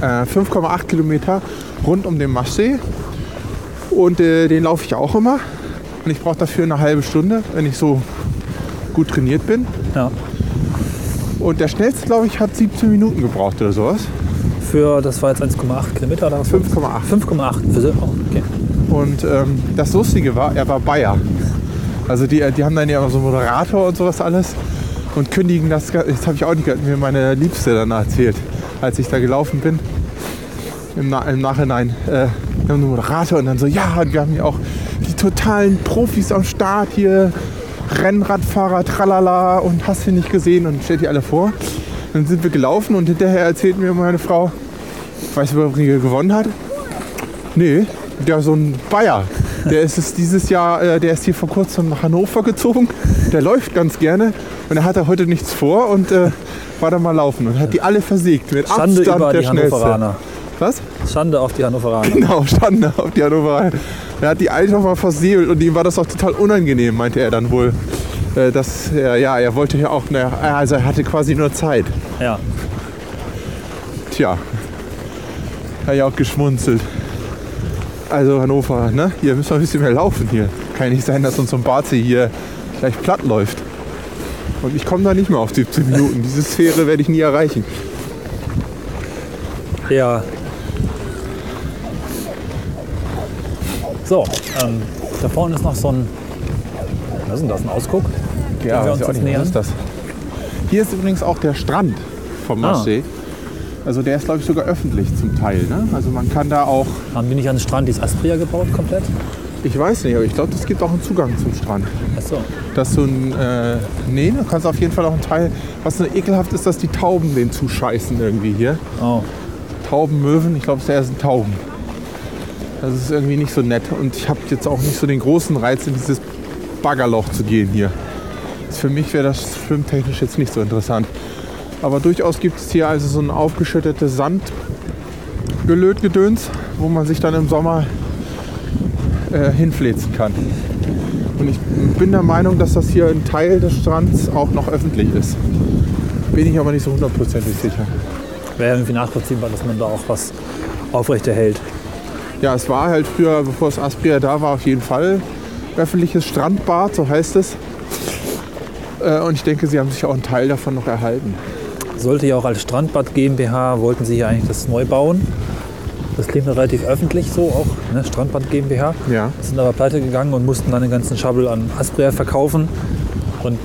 Speaker 2: Äh, 5,8 Kilometer rund um den Maschsee und äh, den laufe ich auch immer. Und ich brauche dafür eine halbe Stunde, wenn ich so gut trainiert bin.
Speaker 3: ja.
Speaker 2: Und der schnellste, glaube ich, hat 17 Minuten gebraucht oder sowas.
Speaker 3: für, das war jetzt 1,8 Kilometer oder was?
Speaker 2: 5,8.
Speaker 3: 5,8 für Silber. Okay.
Speaker 2: Und ähm, das Lustige war, er war Bayer. Also die, die haben dann ja immer so einen Moderator und sowas alles und kündigen das. ga- Das habe ich auch nicht gehört, mir meine Liebste dann erzählt, als ich da gelaufen bin. Im, Na im Nachhinein. Äh, wir haben einen Moderator und dann so, ja, und wir haben hier auch die totalen Profis am Start hier. Rennradfahrer, tralala und hast du nicht gesehen und stellt die alle vor. Dann sind wir gelaufen und hinterher erzählt mir meine Frau, weißt du, wer gewonnen hat? Nee, der so ein Bayer. Der ist es dieses Jahr, äh, der ist hier vor kurzem nach Hannover gezogen. Der läuft ganz gerne und er hatte heute nichts vor und äh, war dann mal laufen und hat die alle versägt mit
Speaker 3: Schande
Speaker 2: Abstand
Speaker 3: über
Speaker 2: der
Speaker 3: die
Speaker 2: schnellste.
Speaker 3: Hannoveraner.
Speaker 2: Was?
Speaker 3: Schande auf die Hannoveraner.
Speaker 2: Genau, Schande auf die Hannoveraner. Er hat die einfach mal versäbelt und ihm war das auch total unangenehm, meinte er dann wohl. Äh, Dass er, ja, er wollte ja auch, ne, also er hatte quasi nur Zeit.
Speaker 3: Ja.
Speaker 2: Tja, habe ich auch geschmunzelt. Also Hannover, ne? Hier müssen wir ein bisschen mehr laufen hier. Kann ja nicht sein, dass uns so ein Barzi hier gleich platt läuft. Und ich komme da nicht mehr auf 17 Minuten. Diese Sphäre werde ich nie erreichen.
Speaker 3: Ja. So, ähm, da vorne ist noch so ein. Was ist denn das? Ein Ausguck?
Speaker 2: Ja, weiß
Speaker 3: wir uns
Speaker 2: ich auch
Speaker 3: jetzt
Speaker 2: nicht, was
Speaker 3: nähern?
Speaker 2: ist das? Hier ist übrigens auch der Strand vom
Speaker 3: Ah.
Speaker 2: Marché. Also der ist, glaube ich, sogar öffentlich zum Teil. Ne? Also man kann da auch,
Speaker 3: Haben wir nicht an den Strand dieses Aspria gebaut komplett?
Speaker 2: ich weiß nicht, aber ich glaube, es gibt auch einen Zugang zum Strand.
Speaker 3: Achso.
Speaker 2: Dass du ein, äh, nee, du kannst auf jeden Fall auch einen Teil, was nur ekelhaft ist, dass die Tauben den zuscheißen irgendwie hier.
Speaker 3: Oh.
Speaker 2: Tauben, Möwen, ich glaube, es sind Tauben. Das ist irgendwie nicht so nett. Und ich habe jetzt auch nicht so den großen Reiz, in dieses Baggerloch zu gehen hier. Für mich wäre das schwimmtechnisch jetzt nicht so interessant. Aber durchaus gibt es hier also so ein aufgeschüttetes Sandgelötgedöns, wo man sich dann im Sommer äh, hinfläzen kann. Und ich bin der Meinung, dass das hier ein Teil des Strands auch noch öffentlich ist. Bin ich aber nicht so hundertprozentig sicher.
Speaker 3: Wäre irgendwie nachvollziehbar, dass man da auch was aufrechterhält.
Speaker 2: Ja, es war halt früher, bevor es Aspria da war, auf jeden Fall öffentliches Strandbad, so heißt es. Äh, Und ich denke, sie haben sich auch einen Teil davon noch erhalten.
Speaker 3: Sollte ja auch als Strandbad GmbH, wollten sie hier eigentlich das neu bauen. Das klingt ja relativ öffentlich so auch, ne? Strandbad GmbH.
Speaker 2: Ja.
Speaker 3: Sind aber pleite gegangen und mussten dann den ganzen Schabbel an Aspria verkaufen. Und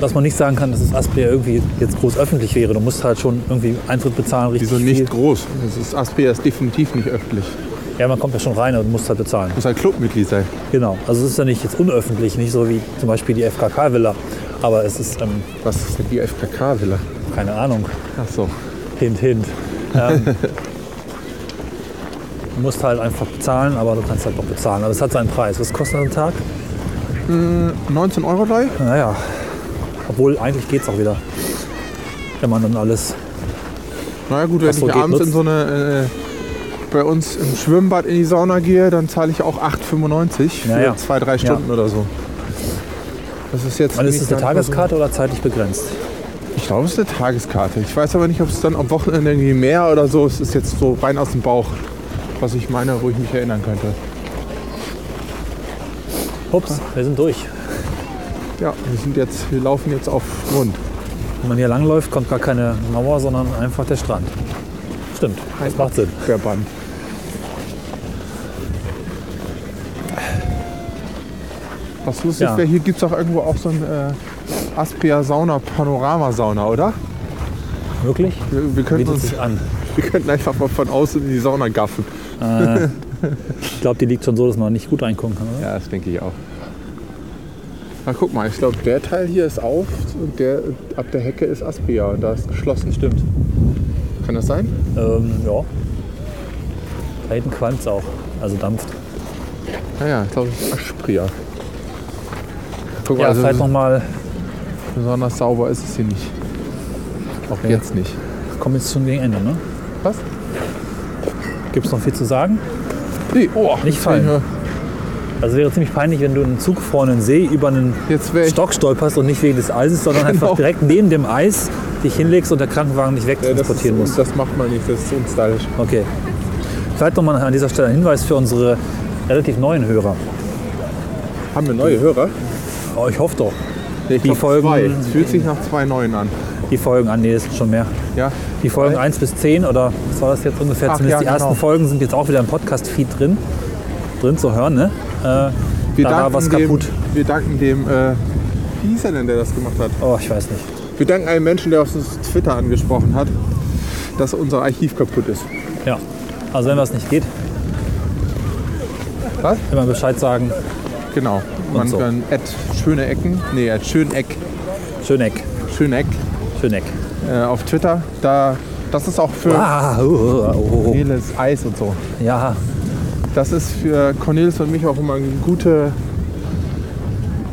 Speaker 3: dass man nicht sagen kann, dass das Aspria irgendwie jetzt groß öffentlich wäre. Du musst halt schon irgendwie Eintritt bezahlen, richtig
Speaker 2: Wieso nicht
Speaker 3: viel.
Speaker 2: groß? Das ist, Aspria ist definitiv nicht öffentlich.
Speaker 3: Ja, man kommt ja schon rein und muss halt bezahlen.
Speaker 2: Muss halt Clubmitglied sein.
Speaker 3: Genau. Also es ist ja nicht jetzt unöffentlich, nicht so wie zum Beispiel die FKK-Villa. Aber es ist, ähm,
Speaker 2: Was ist denn die FKK-Villa?
Speaker 3: keine Ahnung,
Speaker 2: Ach so.
Speaker 3: Hint, hint. Ähm, du musst halt einfach bezahlen, aber du kannst halt doch bezahlen. Aber es hat seinen Preis. Was kostet das am Tag?
Speaker 2: 19 Euro drei?
Speaker 3: Naja, obwohl eigentlich geht's auch wieder. Wenn man dann alles.
Speaker 2: Na gut, wenn
Speaker 3: Ach so,
Speaker 2: ich
Speaker 3: geht
Speaker 2: abends in
Speaker 3: nutzt.
Speaker 2: so eine, äh, bei uns im Schwimmbad in die Sauna gehe, dann zahle ich auch 8,95 für
Speaker 3: Ja, ja.
Speaker 2: zwei, drei Stunden oder so. Das ist jetzt
Speaker 3: Wann ist
Speaker 2: nicht
Speaker 3: es eine
Speaker 2: gar nicht mal so-
Speaker 3: Tageskarte oder zeitlich begrenzt?
Speaker 2: Ich glaube, es ist eine Tageskarte. Ich weiß aber nicht, ob es dann am Wochenende irgendwie mehr oder so. Es ist jetzt so rein aus dem Bauch, was ich meine, wo ich mich erinnern könnte.
Speaker 3: Ups, wir sind durch.
Speaker 2: Ja, wir sind jetzt, wir laufen jetzt auf Grund.
Speaker 3: Wenn man hier langläuft, kommt gar keine Mauer, sondern einfach der Strand. Stimmt, das macht Sinn.
Speaker 2: Verband. Was lustig
Speaker 3: Ja.
Speaker 2: wäre, hier gibt es auch irgendwo auch so ein äh, Aspria Sauna, Panorama Sauna, oder?
Speaker 3: Wirklich?
Speaker 2: Wir, wir, könnten
Speaker 3: Bietet
Speaker 2: uns,
Speaker 3: sich an.
Speaker 2: wir könnten einfach mal von außen in die Sauna gaffen.
Speaker 3: Ich glaube, die liegt schon so, dass man nicht gut reingucken kann. Oder?
Speaker 2: Ja, das denke ich auch. Na guck mal, ich glaube, der Teil hier ist auf und der ab der Hecke ist Aspia und da ist geschlossen. Stimmt. Kann das sein?
Speaker 3: Ähm, ja. Da hinten qualmt's auch. Also dampft.
Speaker 2: Naja, Ah ich glaube, es ist Aspria. Guck mal,
Speaker 3: Ja,
Speaker 2: also
Speaker 3: vielleicht nochmal
Speaker 2: besonders sauber ist es hier nicht. Auch jetzt nicht.
Speaker 3: Kommen jetzt schon gegen Ende, ne?
Speaker 2: Was?
Speaker 3: Gibt es noch viel zu sagen?
Speaker 2: Nee, oh,
Speaker 3: Nicht
Speaker 2: jetzt wär ich
Speaker 3: fallen.
Speaker 2: nur-
Speaker 3: Also wäre ziemlich peinlich, wenn du einen zugefrorenen See über einen
Speaker 2: Jetzt wäre ich.
Speaker 3: Stock stolperst und nicht wegen des Eises, sondern
Speaker 2: Genau.
Speaker 3: einfach direkt neben dem Eis dich hinlegst und der Krankenwagen dich
Speaker 2: Ja, Äh, das,
Speaker 3: wegtransportieren
Speaker 2: ist,
Speaker 3: muss.
Speaker 2: das macht man nicht, das ist unstylisch.
Speaker 3: Okay. Vielleicht nochmal an dieser Stelle ein Hinweis für unsere relativ neuen Hörer.
Speaker 2: Haben wir neue Hörer?
Speaker 3: Oh, ich hoffe doch.
Speaker 2: Nee, ich
Speaker 3: Die
Speaker 2: glaub,
Speaker 3: Folgen-
Speaker 2: Zwei. Es fühlt sich nach zwei neuen an.
Speaker 3: Die Folgen an, nee, das sind schon mehr.
Speaker 2: Ja,
Speaker 3: Die Folgen 1 bis 10 oder was war das jetzt ungefähr?
Speaker 2: Ach,
Speaker 3: Zumindest
Speaker 2: ja,
Speaker 3: die ersten
Speaker 2: genau.
Speaker 3: Folgen sind jetzt auch wieder im Podcast-Feed drin. Drin zu hören, ne? Äh, da war was
Speaker 2: dem,
Speaker 3: kaputt.
Speaker 2: Wir danken dem, äh, wie hieß er denn, der das gemacht hat?
Speaker 3: Oh, ich weiß nicht.
Speaker 2: Wir danken einem Menschen, der auf uns Twitter angesprochen hat, dass unser Archiv kaputt ist.
Speaker 3: Ja. Also wenn was nicht geht,
Speaker 2: Was?
Speaker 3: immer Bescheid sagen.
Speaker 2: Genau. Man
Speaker 3: so.
Speaker 2: kann at schöne Ecken, nee, at Schöneck,
Speaker 3: Schöneck.
Speaker 2: Schöneck
Speaker 3: Schöneck.
Speaker 2: äh, auf Twitter. Da, das ist auch für
Speaker 3: Ah, oh, oh, oh, oh.
Speaker 2: Cornelis Eis und so.
Speaker 3: Ja,
Speaker 2: Das ist für Cornelis und mich auch immer eine gute.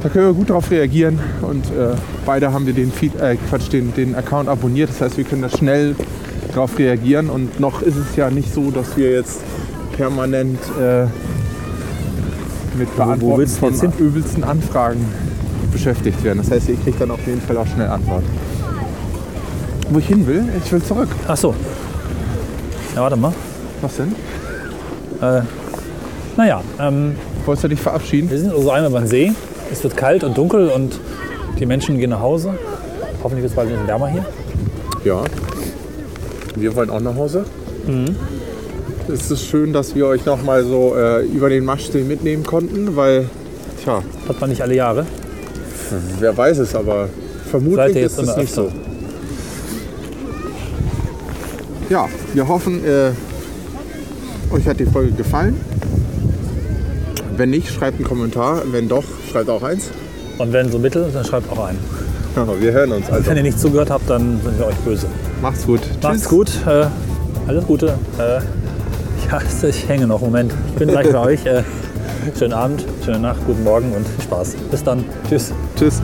Speaker 2: Da können wir gut drauf reagieren und äh, beide haben wir den Feed, äh, Quatsch, den, den Account abonniert. Das heißt, wir können da schnell drauf reagieren und noch ist es ja nicht so, dass wir jetzt permanent äh, mit Beantworten
Speaker 3: willst du
Speaker 2: von
Speaker 3: jetzt hin?
Speaker 2: übelsten Anfragen beschäftigt werden. Das heißt, ihr kriegt dann auf jeden Fall auch schnell Antworten. Wo ich hin will? Ich will zurück.
Speaker 3: ach so. Ja, warte mal.
Speaker 2: Was denn?
Speaker 3: Naja, ähm,
Speaker 2: Wolltest du dich verabschieden?
Speaker 3: wir sind also einmal beim See. Es wird kalt und dunkel und die Menschen gehen nach Hause. Hoffentlich wird es bald ein bisschen wärmer hier.
Speaker 2: Ja. Wir wollen auch nach Hause. Mhm. Es ist schön, dass wir euch nochmal so äh, über den Maschsee mitnehmen konnten, weil, tja,
Speaker 3: Hat man nicht alle Jahre.
Speaker 2: wer weiß es, aber
Speaker 3: Seid
Speaker 2: vermutlich
Speaker 3: ihr
Speaker 2: ist
Speaker 3: jetzt
Speaker 2: es
Speaker 3: immer
Speaker 2: nicht
Speaker 3: öfter.
Speaker 2: so. Ja, wir hoffen, äh, euch hat die Folge gefallen. Wenn nicht, schreibt einen Kommentar. Wenn doch, schreibt auch eins.
Speaker 3: Und wenn so mittel, dann schreibt auch ein.
Speaker 2: Wir hören uns also.
Speaker 3: Wenn ihr nicht zugehört habt, dann sind wir euch böse.
Speaker 2: Macht's gut.
Speaker 3: Macht's gut. Äh, alles Gute. Äh, ja, ich hänge noch. Moment. Ich bin gleich bei euch. Äh, schönen Abend, schöne Nacht, guten Morgen und viel Spaß. Bis dann. Tschüss.
Speaker 2: Tschüss.